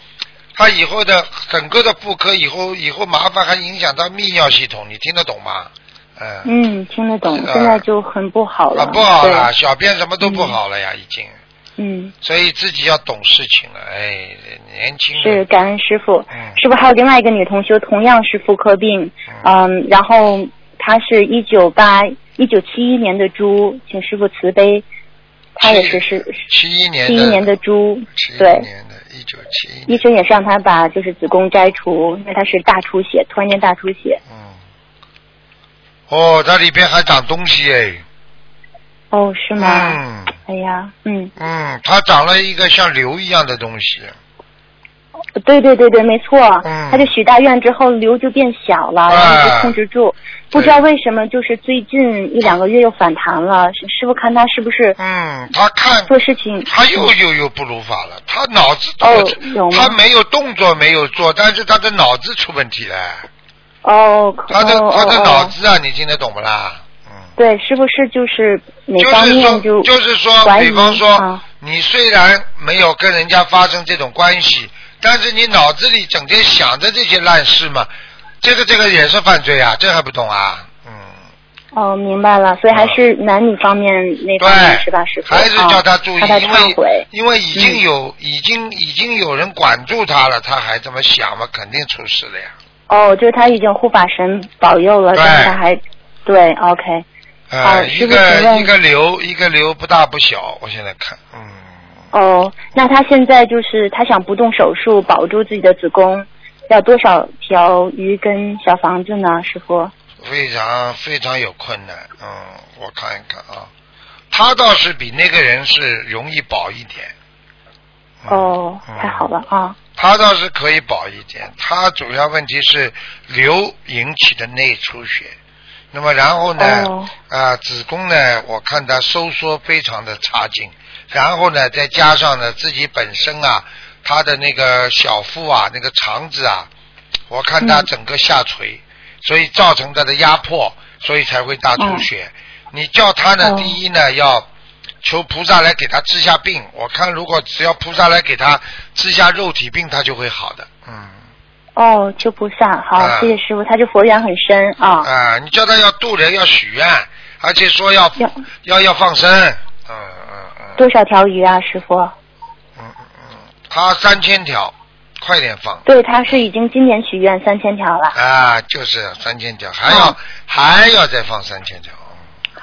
A: 他以后的整个的妇科以后以后麻烦还影响到泌尿系统，你听得懂吗？嗯，
H: 嗯，听得懂，
A: 呃
H: 现在就很不好了，
A: 啊不好
H: 对
A: 了，小便什么都不好了呀，已经，
H: 嗯，
A: 所以自己要懂事情了，哎，年轻人
H: 是感恩师傅，
A: 嗯
H: 师傅还有另外一个女同修，同样是妇科病，嗯，然后她是一九八一九七一年的猪，请师傅慈悲，她也是是
A: 七一年
H: 七一年的猪，
A: 七一
H: 对，
A: 年的，一九七一
H: 医
A: 年，
H: 生也是让她把就是子宫摘除，因为她是大出血，突然间大出血，
A: 嗯，哦，它里边还长东西哎，
H: 哦，是吗？
A: 嗯
H: 哎呀，嗯，
A: 嗯，它长了一个像瘤一样的东西，
H: 对对对对，没错，
A: 嗯
H: 她就许大愿之后瘤就变小了，然后一
A: 哎
H: 直控制住，不知道为什么就是最近一两个月又反弹了，师师傅看她是不是
A: 嗯，他看
H: 做事情，
A: 他又又又不如法了，他脑子
H: 哦有
A: 他
H: 吗
A: 没有动作没有做，但是他的脑子出问题了，
H: 哦，可
A: 他的、
H: 哦、
A: 他的
H: 哦
A: 脑
H: 哦
A: 子啊，你听得懂不啦？嗯。
H: 对，是不是就是哪
A: 就
H: 方
A: 是
H: 面
A: 说，
H: 就
A: 就是说，
H: 怀疑
A: 比方说、
H: 啊
A: 你虽然没有跟人家发生这种关系，但是你脑子里整天想着这些烂事嘛，这个这个也是犯罪啊，这还不懂啊？嗯，
H: 哦，明白了，所以还是男女方面那方面
A: 对，
H: 是吧，师傅？
A: 还是叫他
H: 他
A: 注意，
H: 怕他
A: 因
H: 忏
A: 为
H: 悔。嗯
A: 因为已经有、已经已经有人管住他了，他还这么想嘛，肯定出事了呀。
H: 哦，就是他已经护法神保佑了，
A: 对
H: 但是他还对，OK，好
A: 呃，一
H: 师傅请
A: 个
H: 问
A: 一个瘤，一个瘤不大不小，我现在看，嗯，
H: 哦，那他现在就是他想不动手术保住自己的子宫，要多少条鱼跟小房子呢，师傅？
A: 非常非常有困难，嗯，我看一看啊，他倒是比那个人是容易保一点。嗯
H: 哦，太好，了啊，
A: 嗯他倒是可以保一点，他主要问题是瘤引起的内出血。那么然后呢，啊、
H: 哦
A: 子宫呢，我看它收缩非常的差劲，然后呢，再加上呢自己本身啊，他的那个小腹啊，那个肠子啊，我看它整个下垂，所以造成它的压迫，所以才会大出血。你叫他呢，
H: 哦
A: 第一呢要求菩萨来给他治下病，我看如果只要菩萨来给他治下肉体病，他就会好的。嗯。
H: 哦，求菩萨，好，
A: 啊
H: 谢谢师傅，他这佛缘很深啊。
A: 啊、你叫他要渡人，要许愿，而且说要
H: 要
A: 要要放生，嗯嗯嗯
H: 多少条鱼啊，师傅？
A: 嗯嗯嗯，他三千条，快点放
H: 对，他是已经今年许愿三千条了，
A: 啊，就是三千条，还要、还要再放三千条，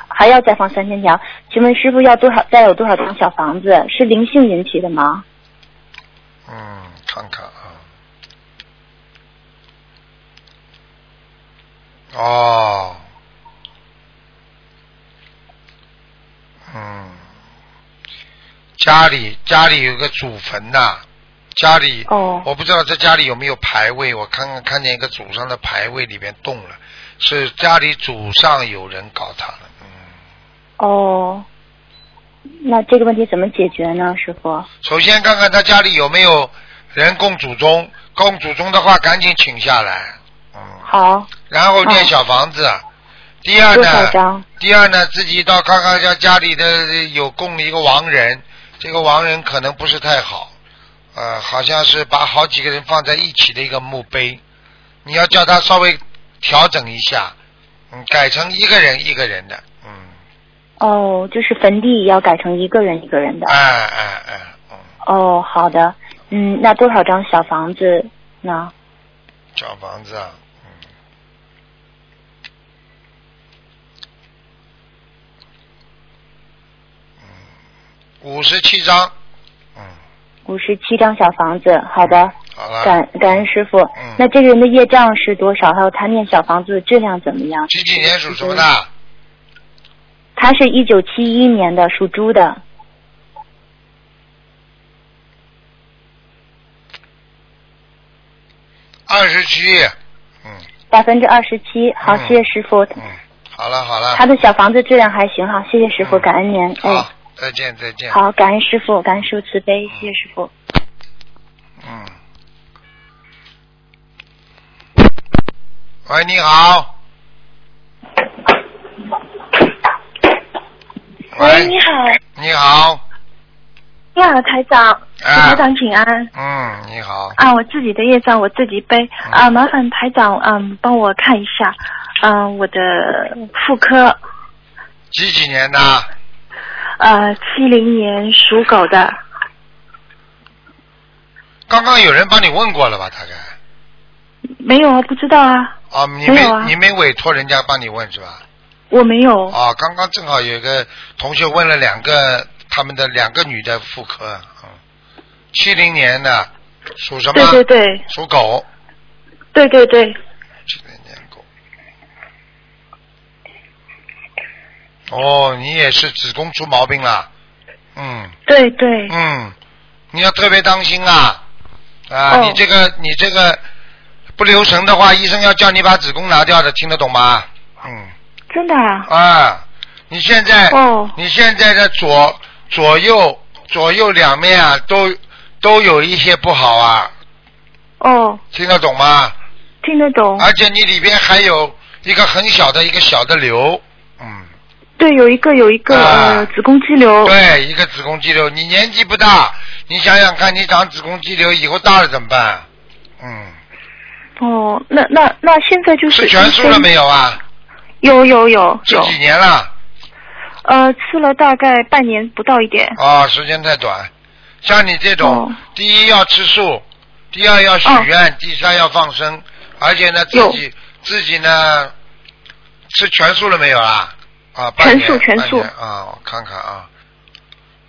H: 还要再放三千条。请问师傅要多少？再有多少张小房子？是灵性引起的吗？
A: 嗯，看看啊，哦，嗯，家里家里有个祖坟呐、家里
H: 哦
A: 我不知道在家里有没有牌位，我看看看见一个祖上的牌位里边动了，是家里祖上有人搞他了，嗯，
H: 哦，那这个问题怎么解决呢，师傅？
A: 首先看看他家里有没有人供祖宗，供祖宗的话赶紧请下来，嗯，
H: 好，
A: 然后念
H: 哦
A: 小房子。啊第二
H: 多少
A: 呢，
H: 张？
A: 第二呢，自己到看看家家里的有供一个亡人，这个亡人可能不是太好，呃，好像是把好几个人放在一起的一个墓碑，你要叫他稍微调整一下，嗯，改成一个人一个人的，嗯，
H: 哦，就是坟地要改成一个人一个人的。
A: 哎哎哎，嗯，
H: 哦，好的，嗯，那多少张小房子呢？
A: 小房子啊，嗯，嗯，五十七张，嗯，
H: 五十七张小房子，好的，
A: 好了。
H: 感感恩师傅。
A: 嗯
H: 那这个人的业障是多少？还有他念小房子质量怎么样？
A: 几几年属什么
H: 嗯
A: 的？
H: 他是一九七一年的，属猪的。
A: 二十七。嗯
H: 百分之二十七，好，
A: 嗯
H: 谢谢师傅。
A: 嗯，好了好了。
H: 他的小房子质量还行哈，谢谢师傅，
A: 嗯
H: 感恩您。哎
A: 好，，再见再见。
H: 好，感恩师傅，感恩师傅慈悲，谢谢师傅。
A: 嗯。喂，你好。喂，你好。你好，
I: 你好，台长，
A: 啊
I: 台长请安
A: 嗯，你好，
I: 啊！我自己的业障我自己背
A: 嗯
I: 啊，麻烦台长嗯帮我看一下，嗯我的妇科
A: 几几年的？
I: 嗯呃七零年属狗的
A: 刚刚有人帮你问过了吧？大概。
I: 没有啊，不知道啊，
A: 哦，你没
I: 没有啊
A: 你没委托人家帮你问是吧？
I: 我没有
A: 啊，刚刚正好有一个同学问了两个他们的两个女的妇科，嗯，七零年的，属什么？
I: 对对对
A: 属狗，
I: 对对对，
A: 七零年狗。哦，你也是子宫出毛病了，嗯
I: 对对
A: 嗯，你要特别当心啊啊！
I: 哦
A: 你这个你这个不留神的话，医生要叫你把子宫拿掉的，听得懂吗？嗯。
I: 真的啊，
A: 啊，你现在，
I: 哦
A: 你现在的左左右左右两面啊，都都有一些不好啊，
I: 哦，
A: 听得懂吗？
I: 听得懂，
A: 而且你里边还有一个很小的一个小的瘤，嗯，
I: 对，有一个有一个
A: 啊
I: 呃子宫肌瘤，
A: 对，一个子宫肌瘤。你年纪不大，你想想看，你长子宫肌瘤以后大了怎么办？嗯，
I: 哦，那那那现在就是
A: 吃全素了没
I: 有？
A: 有啊？
I: 有有有
A: 吃
I: 有，
A: 几年了？
I: 呃，吃了大概半年不到一点， [LAUGHS]
A: 啊、时间太短。像你这种，
I: 哦
A: 第一要吃素，第二要许愿，第三要放生，而且呢，自己自己呢，吃全素了没有啊？啊，半年
I: 全素全素
A: 半年啊，我看看啊，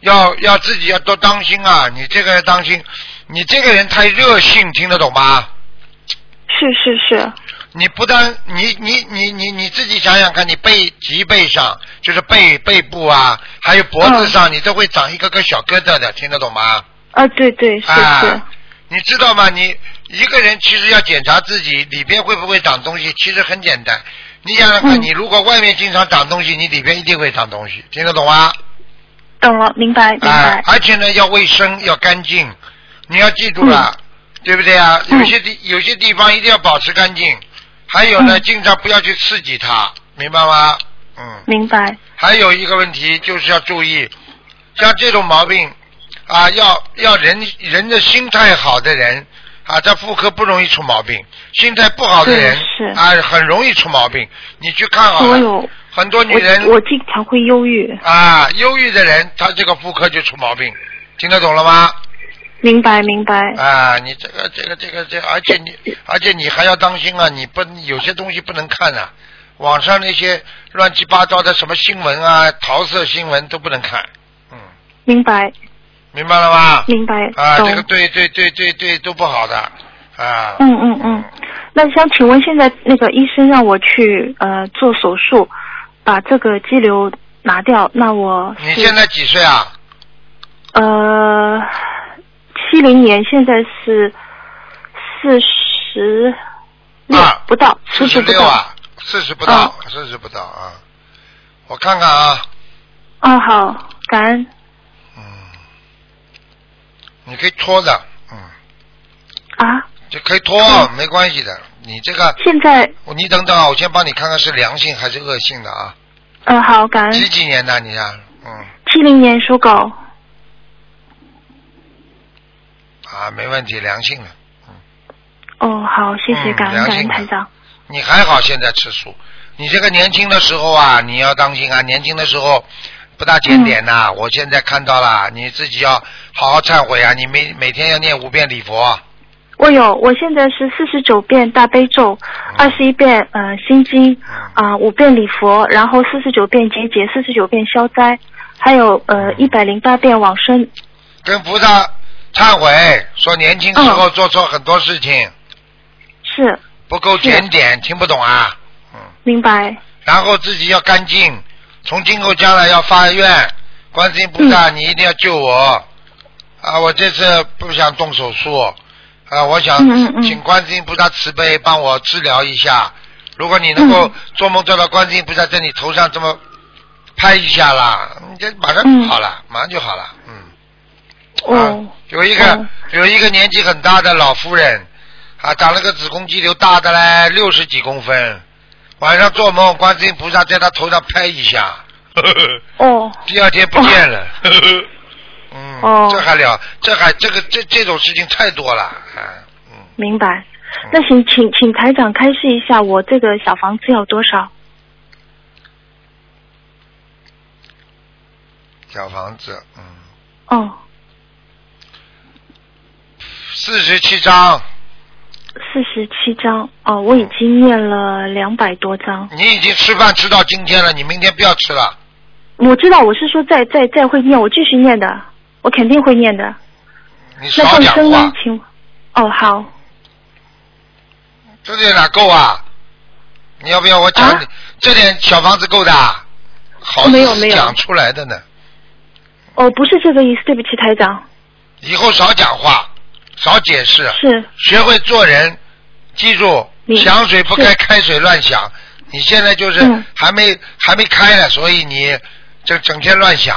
A: 要要自己要多当心啊！你这个要当心，你这个人太热性，听得懂吗？
I: 是是是，
A: 你不但你你你你你自己想想看，你背脊背上就是背背部啊，还
I: 嗯
A: 有脖子上，你都会长一个个小疙瘩的，听得懂吗？
I: 呃啊，对对，是是，
A: 啊，你知道吗？你一个人其实要检查自己里边会不会长东西，其实很简单。你想想看，你如果外面经常长东西，你里边一定会长东西，听得懂吗？
I: 懂了，明白明
A: 啊
I: 白，。
A: 而且呢，要卫生，要干净，你要记住
I: 嗯
A: 了，对不对啊？有些地有些地方一定要保持干净，还有
I: 嗯
A: 呢，经常不要去刺激它，明白吗？嗯。
I: 明白，
A: 还有一个问题就是要注意，像这种毛病啊，要要人人的心态好的人啊，他妇科不容易出毛病，心态不好的人
I: 是是
A: 啊，很容易出毛病。你去看好
I: 我
A: 了，
I: 有
A: 很多女人
I: 我我经常会忧郁，
A: 啊，忧郁的人，他这个妇科就出毛病，听得懂了吗？
I: 明白明白，
A: 啊，你这个这个这个这个，而且你而且你还要当心啊，你不有些东西不能看啊，网上那些乱七八糟的什么新闻啊、桃色新闻都不能看，嗯，
I: 明白
A: 明白了吗？
I: 明白，
A: 啊，
I: 嗯懂。
A: 这个对对对对对都不好的啊。
I: 嗯嗯嗯，那想请问现在那个医生让我去呃做手术，把这个肌瘤拿掉，那我
A: 你
I: 是
A: 现在几岁啊？
I: 呃七零年，现在是四十六
A: 啊
I: 不到，
A: 四
I: 十
A: 十
I: 不
A: 六
I: 到。
A: 啊，四十不到，四十不到啊。我看看啊，
I: 啊好，感恩
A: 嗯，你可以拖的，嗯，
I: 啊！
A: 就可以拖，没关系的。你这个
I: 现在
A: 我你等等啊，我先帮你看看是良性还是恶性的啊？
I: 呃好，感恩
A: 几几年的你啊？嗯，
I: 七零年属狗，哦
A: 啊，没问题，良性的。
I: 哦好，谢谢
A: 嗯
I: 感恩
A: 良
I: 感恩
A: 性的
I: 台长，
A: 你还好，现在吃素。你这个年轻的时候啊，你要当心啊！年轻的时候不大检点呐、我现在看到了，你自己要好好忏悔啊！你每每天要念五遍礼佛，
I: 我有，我现在是四十九遍大悲咒，二十一遍呃心经，啊、五遍礼佛，然后四十九遍结节，四十九遍消灾，还有呃一百零八遍往生。
A: 跟菩萨忏悔，说年轻时候做错很多事情，
I: 是，
A: 不够检点，听不懂啊！
I: 明白，
A: 然后自己要干净，从今后将来要发愿，观世音菩萨，
I: 嗯
A: 你一定要救我！啊，我这次不想动手术，啊，我想
I: 嗯嗯嗯
A: 请观世音菩萨慈悲，帮我治疗一下。如果你能够
I: 嗯
A: 做梦做到观世音菩萨在你头上这么拍一下啦，你这马上就
I: 嗯
A: 好了，马上就好了，嗯。啊
I: 哦，，
A: 有一个、
I: 哦
A: 有一个年纪很大的老夫人，啊，长了个子宫肌瘤，大的嘞，六十几公分。晚上做梦，观世音菩萨在她头上拍一下，
I: [LAUGHS]
A: 呵呵
I: 哦，
A: 第二天不见
I: [LAUGHS]
A: 了。呵呵嗯，
I: 哦
A: 这还了？这还这个这这种事情太多了，啊，嗯，
I: 明白。那行，请请台长开示一下，我这个小房子要多少？
A: 小房子，嗯，
I: 哦，
A: 四十七章，
I: 四十七张。哦，我已经念了两百多张。
A: 你已经吃饭吃到今天了，你明天不要吃了，
I: 我知道，我是说再再再会念，我继续念的，我肯定会念的。
A: 你少
I: 那放
A: 讲
I: 生
A: 话
I: 呢？，请哦好，
A: 这点哪够啊？你要不要我讲
I: 啊哦
A: 你？这点小房子够的啊？好
I: 没
A: 意
I: 有
A: 思
I: 没有
A: 讲出来的呢。
I: 哦不是这个意思，对不起台长，
A: 以后少讲话，少解释，啊
I: 是
A: 学会做人。记住，
I: 明
A: 想水不该
I: 是
A: 开水乱想。你现在就是
I: 嗯
A: 还没、还没开呢，所以你整整天乱想，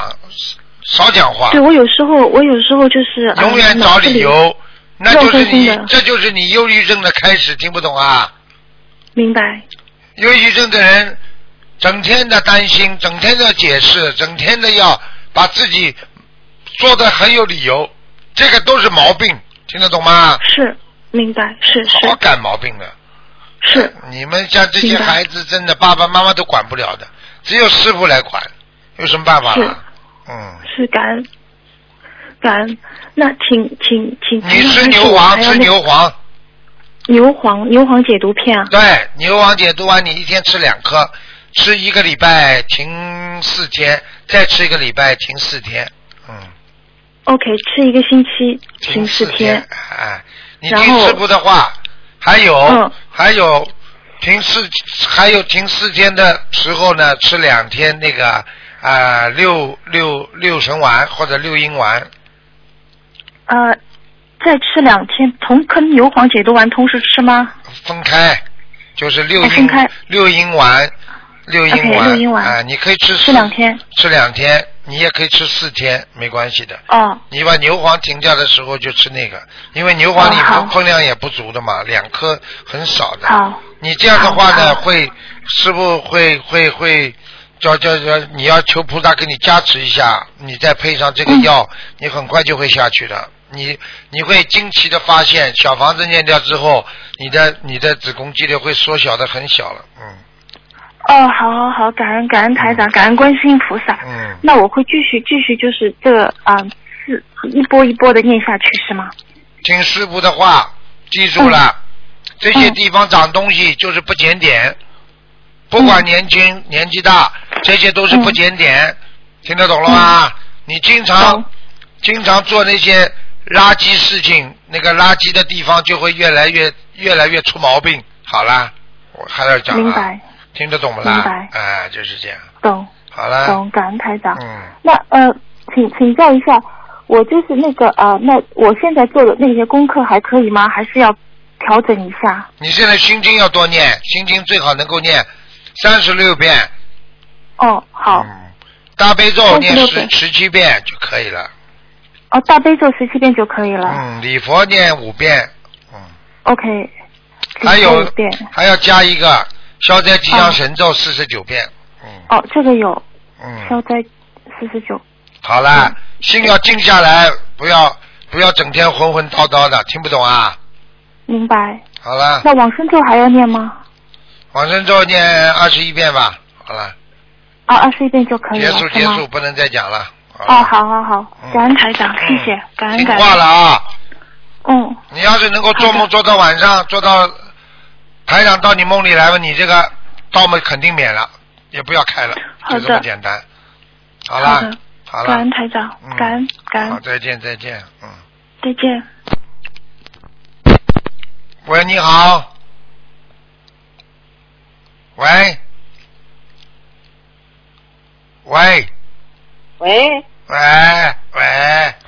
A: 少讲话
I: 对，我有时候我有时候就是呃
A: 啊永远找理，
I: 脑子
A: 由，那就是
I: 乱分心
A: 你
I: 的
A: 这就是你忧郁症的开始，听不懂啊？
I: 里明白
A: 忧郁症的人整天的担心，整天的解释，整天的要把自己做的很有理由，这个都是毛病，听得懂吗？
I: 是明白是是
A: 好改毛病的。
I: 是
A: 你们像这些
I: 明白
A: 孩子，真的爸爸妈妈都管不了的，只有师傅来管，有什么办法
I: 是
A: 啦？嗯，
I: 是感恩感恩，那请请请台
A: 你
I: 长
A: 吃
I: 开始
A: 牛
I: 我
A: 黄，
I: 嗯还要
A: 吃
I: 那
A: 牛黄，
I: 牛黄牛黄解毒片啊，
A: 对，牛黄解毒丸你一天吃两颗，吃一个礼拜停四天，再吃一个礼拜停四天，嗯。
I: ，OK 吃一个星期
A: 停
I: 行四
A: 天
I: 天，，
A: 哎，你
I: 然
A: 停
I: 后
A: 四步的话，还有、
I: 嗯
A: 还有停四还有停四天的时候呢，吃两天那个啊、六六六神丸或者六阴丸，
I: 呃再吃两天，同跟牛黄解毒丸同时吃吗？
A: 分开，就是六
I: 哦分
A: 阴、
I: 开
A: 六阴丸，六阴
I: OK，
A: 丸，
I: 六阴丸
A: 啊，你可以吃
I: 吃
A: 四
I: 两天。
A: 吃两天，你也可以吃四天，没关系的。
I: 哦，
A: 你把牛黄停掉的时候就吃那个，因为牛黄里
I: 哦好
A: 分量也不足的嘛，两颗很少的。
I: 好，
A: 你这样的话呢，
I: 好
A: 会师傅会会会叫叫叫，你要求菩萨给你加持一下，你再配上这个药，
I: 嗯
A: 你很快就会下去的。你你会惊奇的发现，小房子念掉之后，你的你的子宫肌瘤会缩小的很小了。嗯
I: 哦，好好好，感恩感恩台长，感恩观世音菩萨。
A: 嗯，
I: 那我会继续继续就是这个啊、是一波一波的念下去是吗？
A: 听师傅的话，记住了，
I: 嗯
A: 这些地方长东西就是不检点，不管年
I: 嗯
A: 轻年纪大，这些都是不检点，听得懂了吗？你经常
I: 嗯懂
A: 经常做那些垃圾事情，那个垃圾的地方就会越来越越来越出毛病。好啦，我还要讲、啊，
I: 明白，
A: 听得懂不啦？
I: 明白
A: 哎、就是这样，
I: 懂
A: 好啦，
I: 懂，感恩台长。
A: 哎嗯，
I: 那呃，请请教一下，我就是那个啊、呃，那我现在做的那些功课还可以吗？还是要调整一下？
A: 你现在心经要多念，心经最好能够念三十六遍。
I: 哦，好，
A: 嗯，大悲咒念
I: 36
A: 十
I: 遍
A: 十七遍就可以了。
I: 哦，大悲咒十七遍就可以了。
A: 嗯，礼佛念五遍。嗯，
I: OK，
A: 还
I: 请说
A: 有
I: 一遍。
A: 还要加一个消灾吉祥神咒四十九遍。嗯
I: 哦，这个有消嗯
A: 嗯，
I: 灾四十九。
A: 好啦，心要静下来，不要不要整天浑浑叨叨的，听不懂啊。
I: 明白。
A: 好啦，
I: 那往生咒还要念吗？
A: 往生咒念二十一遍吧。好了，
I: 啊，二十一遍就可以
A: 结
I: 了，
A: 束
I: 是
A: 结
I: 吗？
A: 束，不能再讲了。好
I: 哦，
A: 了，
I: 好好好
A: 嗯，
I: 感恩台长，
A: 嗯
I: 谢谢，感恩
A: 听
I: 感
A: 话
I: 恩。
A: 了啊。
I: 嗯，
A: 你要是能够做
I: 好
A: 梦做到晚
I: [LAUGHS]
A: 上，做到台长到你梦里来了，你这个道门肯定免了，也不要开了，
I: 好
A: 就
I: 的
A: 这么简单。好
I: 好
A: 啦
I: 的，，
A: 好
I: 感
A: 啦
I: 恩，台长
A: 嗯，
I: 感恩感
A: 好，
I: 恩，
A: 再见，再见，嗯。
I: 再见。
A: 喂，你好。喂，喂，
C: 喂
A: 喂，喂，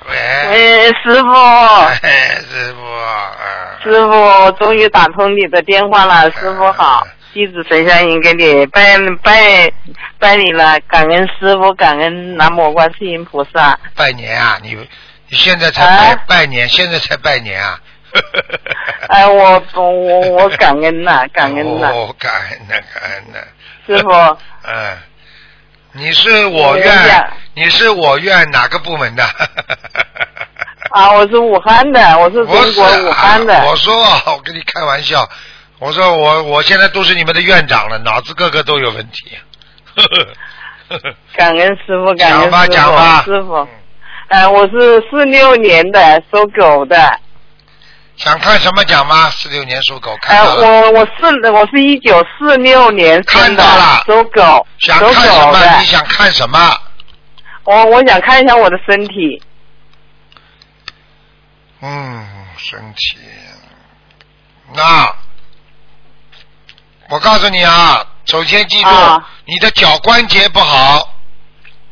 A: 喂，
C: 喂，师傅，
A: 喂， [LAUGHS] 师傅，嗯
C: 师傅，我终于打通你的电话了，师傅好
A: 嗯，
C: 弟子神香已给你拜拜拜你了，感恩师傅，感恩南无观世音菩
A: [LAUGHS]
C: 萨。
A: 拜年啊，你你现在才拜、
C: 哎
A: 拜年，现在才拜年啊。
C: [LAUGHS] 哎，我我我我感恩呐、感恩呐、
A: 哦，感恩呐，感恩呐。
C: 师傅，
A: 嗯，你是我
C: 哎
A: 院
C: 呀，
A: 你是我院哪个部门的？
C: 啊，我是武汉的，我是
A: [LAUGHS] 我
C: 中
A: 是
C: 国武汉的
A: 啊。我说啊，我跟你开玩笑，我说我我现在都是你们的院长了，脑子个个都有问题。 [LAUGHS]
C: 感恩师傅，感恩
A: 讲吧
C: 师
A: 讲吧
C: 傅，师傅
A: 嗯。
C: 哎，我是四六年的，属狗的。呃
A: 想看什么奖吗？四六年属狗，看
C: 哎，
A: 到了。
C: 我我是我是一九四六年
A: 看
C: 生的
A: 到了，
C: 属狗，
A: 想
C: 属
A: 看什
C: 狗
A: 么？
C: 的
A: 你。想看什么？
C: 我我想看一下我的身体，
A: 嗯，身体。那我告诉你啊，首先记住、
C: 啊
A: 你的脚关节不好，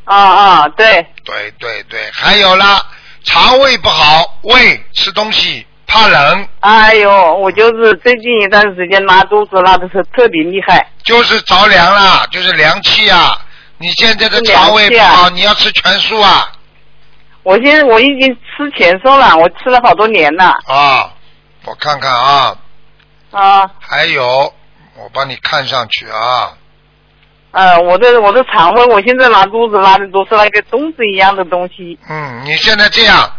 C: 啊啊，对，
A: 对对对，还有啦，肠胃不好，胃吃东西怕冷，
C: 哎呦，我就是最近一段时间拉肚子拉的是特别厉害，
A: 就是着凉啦，就是凉气啊。你现在的
C: 是凉
A: 肠胃
C: 气
A: 不
C: 啊
A: 好，你要吃全素啊
C: 我现在我已经吃前瘦了，我吃了好多年了
A: 啊！我看看啊，
C: 啊，
A: 还有我帮你看上去啊，
C: 呃，我的我的肠胃，我现在拉肚子拉的都是那个粽子一样的东西，
A: 嗯，你现在这样，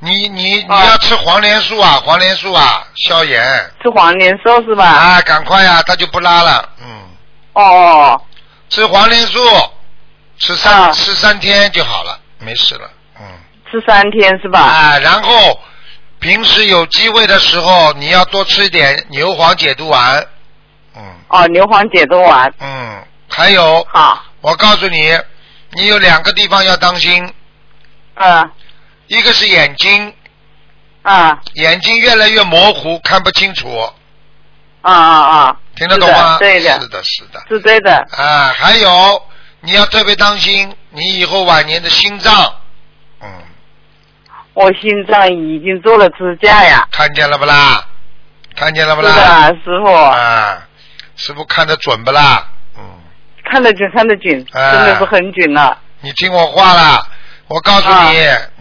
A: 你你你
C: 啊
A: 要吃黄连素啊，黄连素啊，消炎
C: 吃黄连瘦是吧？
A: 啊，赶快呀、它就不拉了。嗯，
C: 哦哦，
A: 吃黄连素，吃三、
C: 啊
A: 吃三天就好了，没事了。嗯，
C: 吃三天是吧？
A: 啊，然后平时有机会的时候，你要多吃一点牛黄解毒丸。嗯
C: 哦，牛黄解毒丸，
A: 嗯，还有，
C: 好，
A: 我告诉你，你有两个地方要当心，
C: 嗯
A: 一个是眼睛，
C: 嗯
A: 眼睛越来越模糊，看不清楚。
C: 嗯嗯嗯，
A: 听得懂吗？
C: 是的对的
A: 是的，是的。
C: 是对的，
A: 啊，还有你要特别当心，你以后晚年的心脏，嗯，
C: 我心脏已经做了支架呀。
A: 看见了不啦？看见了不
C: 是的
A: 啦？，
C: 师傅，
A: 啊，师傅看得准不啦？嗯
C: 看得准，看得准，
A: 哎
C: 真的是很准啊了。
A: 你听我话啦，我告诉你，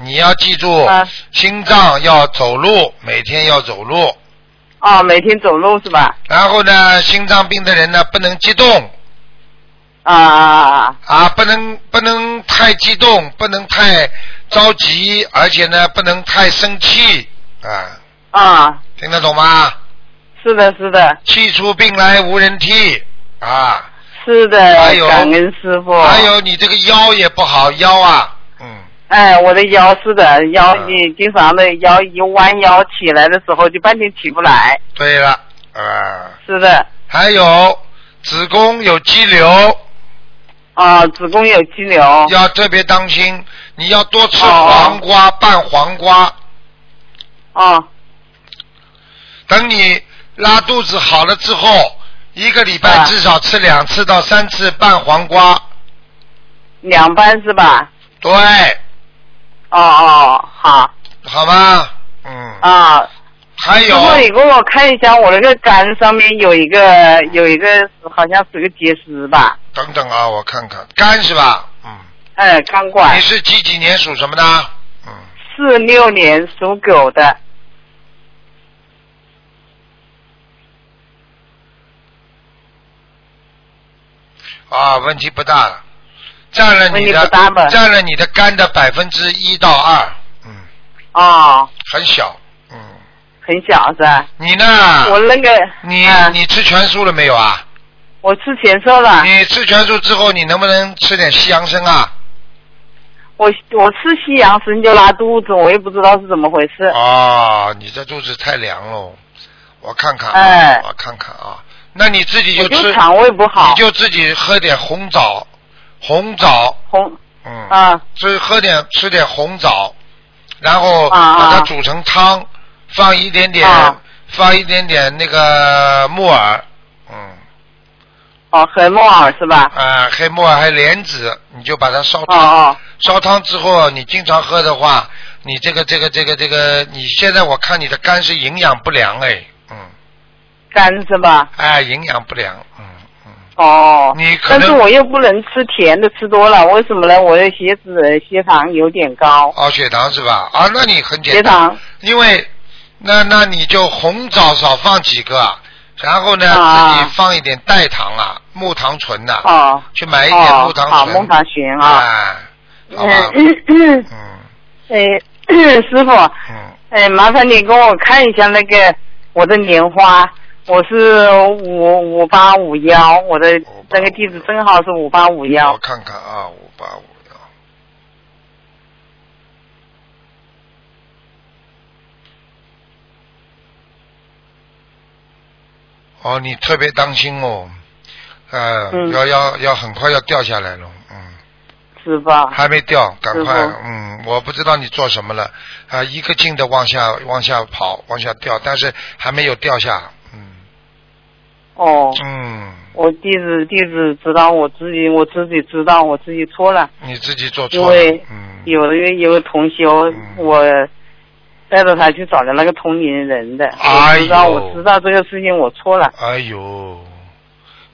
A: 你要记住，
C: 啊
A: 心脏要走路，每天要走路。
C: 哦，每天走路是吧？
A: 然后呢，心脏病的人呢，不能激动
C: 啊啊啊！
A: 啊，不能不能太激动，不能太着急，而且呢，不能太生气啊，
C: 啊啊，
A: 听得懂吗？
C: 是的，是的，
A: 气出病来无人替啊！
C: 是的，
A: 还有
C: 感恩师傅。
A: 还有你这个腰也不好，腰啊，嗯，
C: 哎，我的腰是的，腰
A: 嗯
C: 你经常的腰一弯腰起来的时候就半天起不来，
A: 对了啊，
C: 是的，
A: 还有子宫有肌瘤，
C: 啊，子宫有肌瘤，
A: 要特别当心，你要多吃黄瓜，拌黄瓜。
C: 哦，
A: 等你拉肚子好了之后，一个礼拜
C: 啊
A: 至少吃两次到三次拌黄瓜。
C: 两半是吧？
A: 对，
C: 哦哦，好，
A: 好吧，嗯，
C: 啊，
A: 还
C: 师傅你
A: 有
C: 给我看一下我那个肝上面有一个有一个好像是个结石吧？
A: 等等啊，我看看肝是吧？嗯，
C: 哎，肝管
A: 你，是几几年属什么的？嗯，
C: 四六年属狗的，
A: 啊，问题不大了，占了你
C: 问题
A: 的
C: 不大吧
A: 占了你的肝的百分之一到二，嗯，
C: 哦，
A: 很小，嗯，
C: 很小是吧？
A: 你呢？
C: 我那个，
A: 啊你、
C: 啊
A: 你吃全素了没有啊？
C: 我吃前瘦了。
A: 你吃全素之后，你能不能吃点西洋参啊？
C: 我我吃西洋参就拉肚子，我也不知道是怎么回事。
A: 哦，你这肚子太凉了，我看看啊，
C: 哎
A: 我看看啊。那你自己
C: 我
A: 吃，
C: 就肠胃不好，
A: 你就自己喝点红枣，红枣，
C: 红
A: 嗯，
C: 啊
A: 吃喝点吃点红枣，然后
C: 啊啊
A: 把它煮成汤，放一点点、
C: 啊
A: 放一点点那个木耳，嗯
C: 哦，黑木耳是吧？
A: 啊，黑木耳还有莲子，你就把它烧
C: 哦
A: 汤。
C: 哦
A: 烧汤之后，你经常喝的话，你这个这个这个这个，你现在我看你的肝是营养不良哎，嗯，
C: 干是吧？
A: 哎，营养不良，嗯嗯，
C: 哦，
A: 你可
C: 但是
A: 能
C: 我又不能吃甜的，吃多了，为什么呢？我的血脂血糖有点高，
A: 哦血糖是吧？啊，那你很
C: 血
A: 简单，
C: 糖
A: 因为那那你就红枣少放几个，然后呢、
C: 啊
A: 自己放一点代糖啊，木糖醇呐、
C: 哦
A: 去买一点
C: 哦
A: 木，糖
C: 好
A: 醇，
C: 孟糖醇啊，
A: 哎，好吧，
C: 嗯嗯 [COUGHS]
A: 嗯
C: 哎，师傅，
A: 嗯，
C: 哎，麻烦你给我看一下那个我的莲花，我是五五八五幺，我的那个地址正好是五八五
A: 我
C: 幺。
A: 看看啊，五八五幺。哦，你特别当心哦，呃，
C: 嗯
A: 要要要很快要掉下来了，嗯，
C: 是吧？
A: 还没掉，赶快
C: 啊师，傅
A: 嗯，我不知道你做什么了，啊、一个劲的往下往下跑，往下掉，但是还没有掉下，嗯
C: 哦，
A: 嗯，
C: 我地址地址知道，我自己我自己知道我自己错了。
A: 你自己做错了
C: 因为，
A: 嗯，
C: 有一个有个同修，
A: 嗯
C: 我带着他去找的那个同龄人的，
A: 哎
C: 我知道
A: 呦
C: 我知道这个事情我错了，
A: 哎呦，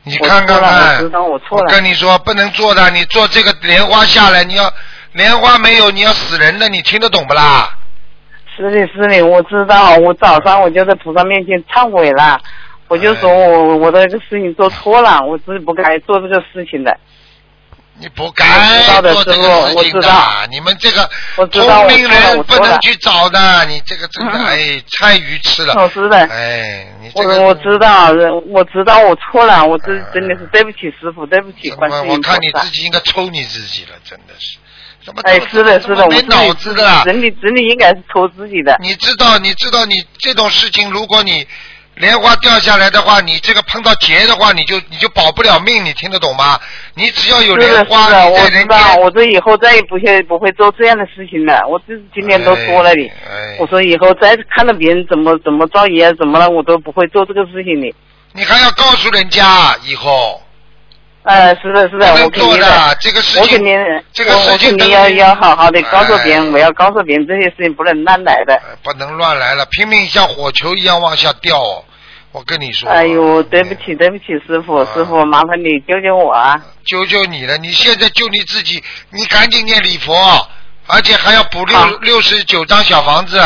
A: 你
C: 我
A: 看看
C: 错了，我
A: 看
C: 知，道我错了
A: 跟你说不能做的，你做这个莲花下来，你要莲花没有，你要死人的，你听得懂不啦？
C: 是的，是的，我知道，我早上我就在菩萨面前忏悔了，我就说
A: 哎
C: 我我的这个事情做错了，我自己不该做这个事情的，
A: 你不该
C: 我知道的
A: 做这
C: 师
A: 个
C: 傅
A: 事
C: 我
A: 情
C: 知道
A: 的，你们这个
C: 我知道
A: 同
C: 我
A: 龄
C: 错了
A: 人
C: 我
A: 不
C: 错
A: 能
C: 了
A: 去找的，你这个真
C: [LAUGHS]
A: 的
C: 嗯
A: 哎太愚痴
C: 我
A: 了，
C: 知道。
A: 哎，你这
C: 我
A: 个
C: 我知道，我知道我错了，我真
A: 哎
C: 真的是对不起师傅，对不起
A: 怎
C: 观
A: 么
C: 世
A: 我
C: 音菩
A: 看你
C: 萨
A: 自。己应该抽你自己了，真的是，怎么
C: 哎，
A: 这么
C: 是的，
A: 这么
C: 是的，我
A: 没
C: 自己
A: 脑子的，啊
C: 整理整理应该是抽自己的。
A: 你知道，你知道，你这种事情，如果你莲花掉下来的话，你这个碰到劫的话，你就你就保不了命，你听得懂吗？你只要有
C: 是的，
A: 莲
C: 是
A: 花，
C: 的，
A: 你在
C: 我知
A: 人
C: 道，
A: 间，
C: 我这以后再也不会不会做这样的事情了。我这今天都说了你，
A: 哎哎
C: 我说以后再看到别人怎么怎么造业啊怎么了，我都不会做这个事情的。
A: 你还要告诉人家以后，
C: 呃，是的，是的，
A: 不能
C: 我肯定
A: 做的这个事情
C: 我肯定，
A: 这个
C: 我
A: 事
C: 我
A: 情
C: 肯
A: 跟
C: 定要要好好的
A: 哎
C: 告诉别人，我要告诉别人这些事情不能乱来的。
A: 不能乱来了，拼命像火球一样往下掉哦、我跟你说，
C: 哎呦，对不起，对不起，师
A: 啊
C: 傅，师傅，麻烦你救救我啊！
A: 救救你了！你现在救你自己，你赶紧念礼佛，而且还要补六六十九张小房子，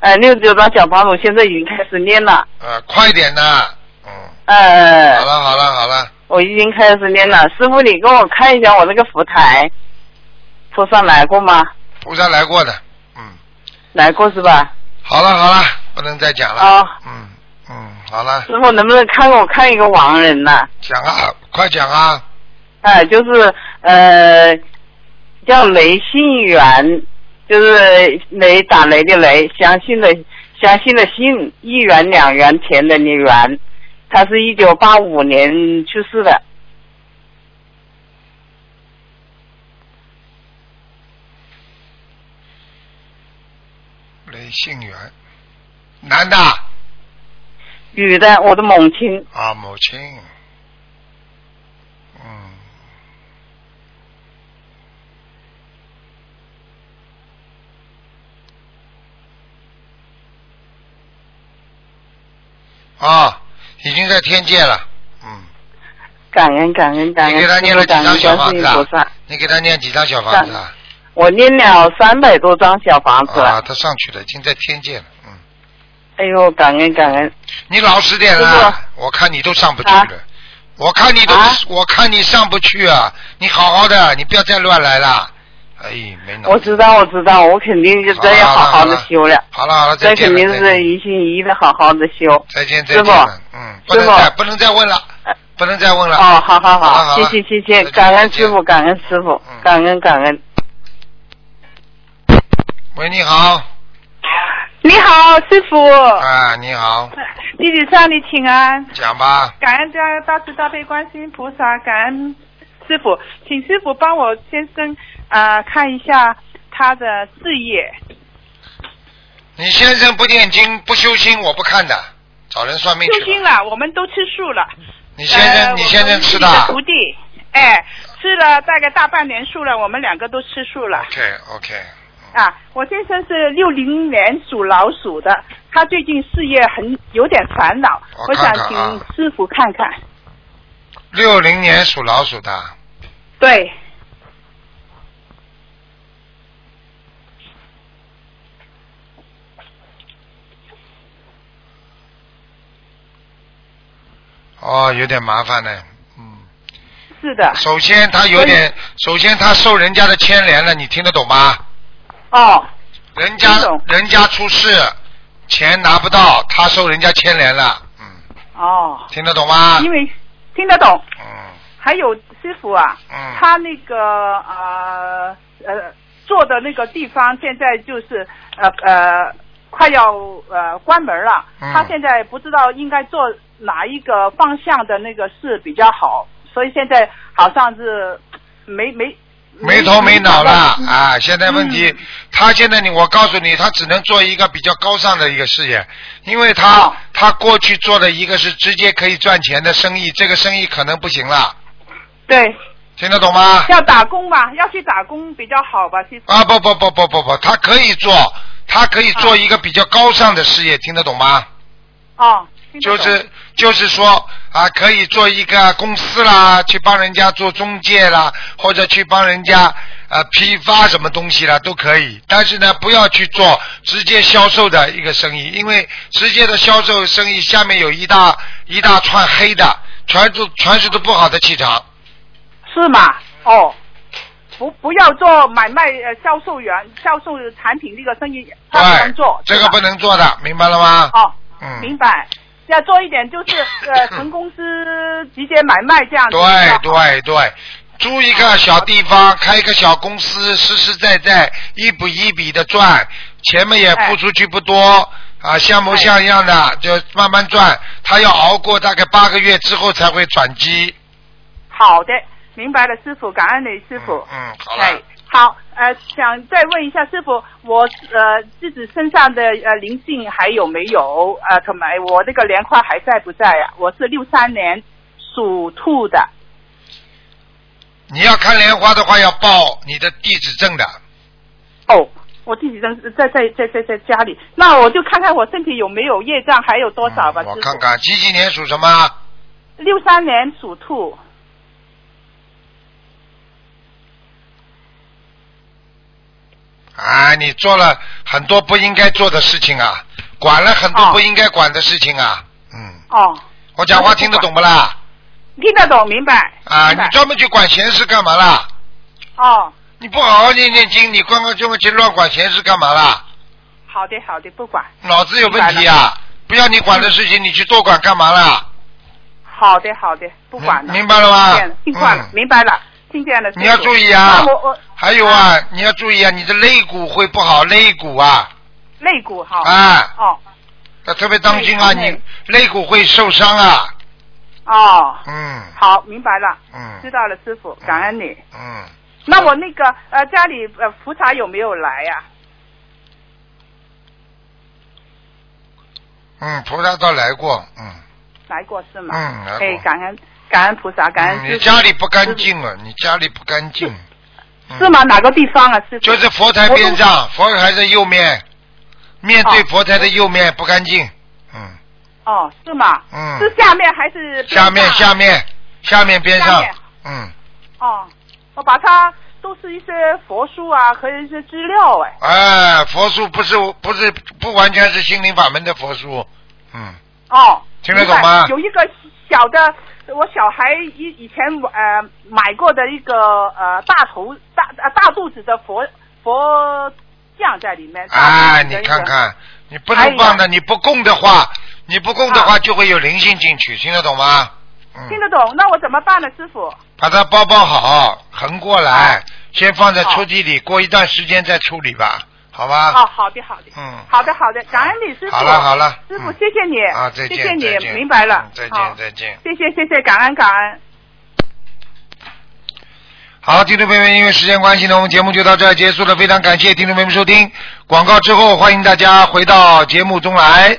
C: 呃，六十九张小房子，我现在已经开始念了。
A: 呃，快点呐！嗯
C: 呃，
A: 好了好了好了，
C: 我已经开始念了。师傅，你给我看一下我那个佛台，菩萨来过吗？
A: 菩萨来过的，嗯
C: 来过是吧？
A: 好了好了，不能再讲了，
C: 啊、
A: 嗯，好了，
C: 师傅能不能看我看一个亡人呐、
A: 讲啊，快讲啊，
C: 哎，就是呃，叫雷信元，就是雷打雷的雷，相信的相信的信，一元两元钱的的元，他是一九八五年去世的。
A: 雷信元，男的
C: 女的，我的母亲。
A: 啊，母亲，嗯，啊，已经在天界了，嗯
C: 感恩感恩感
A: 你
C: 恩，
A: 给他
C: 师
A: 念
C: 傅
A: 了几
C: 感
A: 张
C: 恩
A: 小
C: 观
A: 房
C: 世
A: 子
C: 音
A: 啊
C: 菩萨。？
A: 你给他念几张小房子啊？
C: 我念了三百多张小房子了，
A: 啊，他上去了，已经在天界了。嗯
C: 哎呦，感恩感恩。
A: 你老实点啊！我看你都上不去
C: 啊
A: 了，我看你都，我看你上不去啊！你好好的，你不要再乱来了。哎，没脑
C: 我知道，我知道，我肯定就真要好好的修了。
A: 啊好了好了，
C: 这
A: 再见
C: 肯
A: 了，
C: 定
A: 再见
C: 是一心一意的好好的修。
A: 再见再
C: 师
A: 见
C: 傅，
A: 了，嗯，不能
C: 师傅呃
A: 再不能再问了，不能再问了。
C: 哦，好
A: 啊好
C: 好
A: 了
C: 好，谢
A: 了
C: 谢谢谢，感恩师傅，感恩师傅，
A: 嗯
C: 感恩感恩。
A: 喂，你好，
J: 你好，师傅，
A: 啊，你好，
J: 弟子向你请安，
A: 讲吧，
J: 感恩大大慈大悲观世音菩萨，
A: 嗯
J: 感恩师傅，请师傅帮我先生啊、呃看一下他的事业。
A: 你先生不念经不修心，我不看的，找人算命
J: 修
A: 去
J: 心
A: 吧。
J: 了，我们都吃素了。
A: 你先
J: 呃
C: 哎
A: 生，你先生吃的啊
J: 我们自己的徒弟，哎，吃了大概大半年素了，我们两个都吃素了。
A: ？OK OK，
J: 啊，我先生是六零年属老鼠的，他最近事业很有点烦恼，
A: 我
J: 我想
A: 看看
J: 请
A: 啊
J: 师傅看看。
A: 六零年属老鼠的，
J: 对，
A: 哦，有点麻烦呢。嗯
J: 是的。
A: 首先他有点，首先他受人家的牵连了，你听得懂吗？
J: 哦。
A: 人家人家出事，钱拿不到，他受人家牵连了，嗯
J: 哦，
A: 听得懂吗？嗯
J: 因为听得懂。还有师傅啊，他那个呃呃做的那个地方现在就是呃呃快要呃关门了，
K: 嗯
J: 他现在不知道应该做哪一个方向的那个事比较好，所以现在好像是没没
A: 没头没脑了啊！现在问题，他现在你我告诉你，他只能做一个比较高尚的一个事业，因为他、他过去做的一个是直接可以赚钱的生意，这个生意可能不行了。
J: 对。
A: 听得懂吗？
C: 嗯
J: 要打工嘛，要去打工比较好吧，其实
A: 啊不不不不不不，他可以做，他可以做一个比较高尚的事业，听得懂吗？
J: 哦，听得
A: 啊就
J: 懂
A: 是就是说啊，可以做一个公司啦，去帮人家做中介啦，或者去帮人家呃批发什么东西啦，都可以。但是呢，不要去做直接销售的一个生意，因为直接的销售生意下面有一大一大串黑的，全是全是都不好的气场。
J: 是吗？哦，不不要做买卖呃销售员、销售产品这个生意，他不能做。
A: 这
J: 是
A: 个
J: 吧
A: 不能做的，明白了吗？
J: 哦，
A: 嗯
J: 明白。要做一点就是
A: [COUGHS]
J: 呃，成公司直接买卖这样子。
A: 对对对，租一个小地方，开一个小公司，实实在在一笔一笔的赚，钱嘛也付出去不多。啊，像模像样的，就慢慢赚。他要熬过大概八个月之后才会转机。
J: 好的，明白了，师傅，感恩你，师傅。
A: 嗯，好
J: 哎
A: 了，，
J: 好，呃，想再问一下师傅，我呃自己身上的呃灵性还有没有？呃，同埋我那个莲花还在不在啊？我是六三年属兔的，
A: 你要看莲花的话，要报你的地址证的。
C: 哦，我自己在在在在在在家里，那我就看看我身体有没有业障，还有多少吧。
A: 嗯我看看几几年属什么？
C: 六三年属兔，
A: 啊，你做了很多不应该做的事情啊，管了很多不应该管的事情啊。
C: 哦，
A: 我讲话听得懂不啦？
C: 听得懂，明白。
A: 啊，
C: 明白
A: 你专门去管闲事干嘛啦？
C: 哦，
A: 你不好好念念经，你光光这么去乱管闲事干嘛啦？
C: 好的好的，不管。
A: 脑子有问题啊！不要你管的事情，你去多管干嘛啦？
C: 好的好的，嗯不管了。
A: 嗯明白了吗
C: 听见了听话了
A: 嗯，
C: 明白了，听见了。
A: 你要注意啊
C: 那我我！
A: 还有啊，你要注意啊，你的肋骨会不好，肋骨啊，
C: 肋骨哈。
A: 啊
C: 哦
A: 要特别当心啊，
C: 肋
A: 你肋骨会受伤啊。
C: 哦，
A: 嗯
C: 好，明白了，
A: 嗯
C: 知道了，师傅，感恩你。
A: 嗯，
C: 那我那个呃，家里呃菩萨有没有来啊呀、
A: 嗯，菩萨倒来过，嗯
C: 来过是吗？
A: 嗯，来
C: 哎，
A: 过。
C: 感恩感恩菩萨，感
A: 嗯
C: 恩师
A: 你
C: 父
A: 家里不干净啊，你家里不干净，嗯
C: 是吗？哪个地方啊？师傅？
A: 就是佛台边上，佛台的右面，面对佛台的右面不干净，
C: 哦，是吗？
A: 嗯
C: 是下面还是边
A: 下
C: 上
A: 面下面下面边
C: 下
A: 上
C: 面，
A: 嗯，
C: 哦，我把它都是一些佛书啊和一些资料哎。
A: 哎，佛书不是不是不完全是心灵法门的佛书，嗯，
C: 哦，
A: 听得懂吗
C: 明白有一个小的，我小孩以以前呃买过的一个呃大头大呃大肚子的佛佛像在里面。
A: 哎，
C: 大肚子
A: 你
C: 的一哎啊
A: 看。
C: 个
A: 看，你不能忘的，你不供的话，你不供的话就会有灵性进去，听得懂吗？嗯
C: 听得懂？那我怎么办呢，师傅？
A: 把它包包好，横过
C: 啊
A: 来，先放在抽屉里，过一段时间再处理吧，好吧？
C: 哦，好的，好的，
A: 嗯，
C: 好的，好的，感恩你，师傅。
A: 好了好了
C: 师傅
A: 嗯，
C: 谢谢你
A: 啊，再见，
C: 谢谢
A: 再见
C: 你，明白了
A: 嗯，再
C: 好
A: 见，再见。
C: 谢谢，谢谢，感恩，感恩。
A: 好，听众朋友们，因为时间关系呢，我们节目就到这儿结束了。非常感谢听众朋友们收听广告之后，欢迎大家回到节目中来。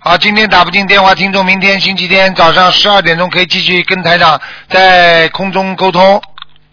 A: 好，今天打不进电话，听众明天星期天早上十二点钟可以继续跟台长在空中沟通。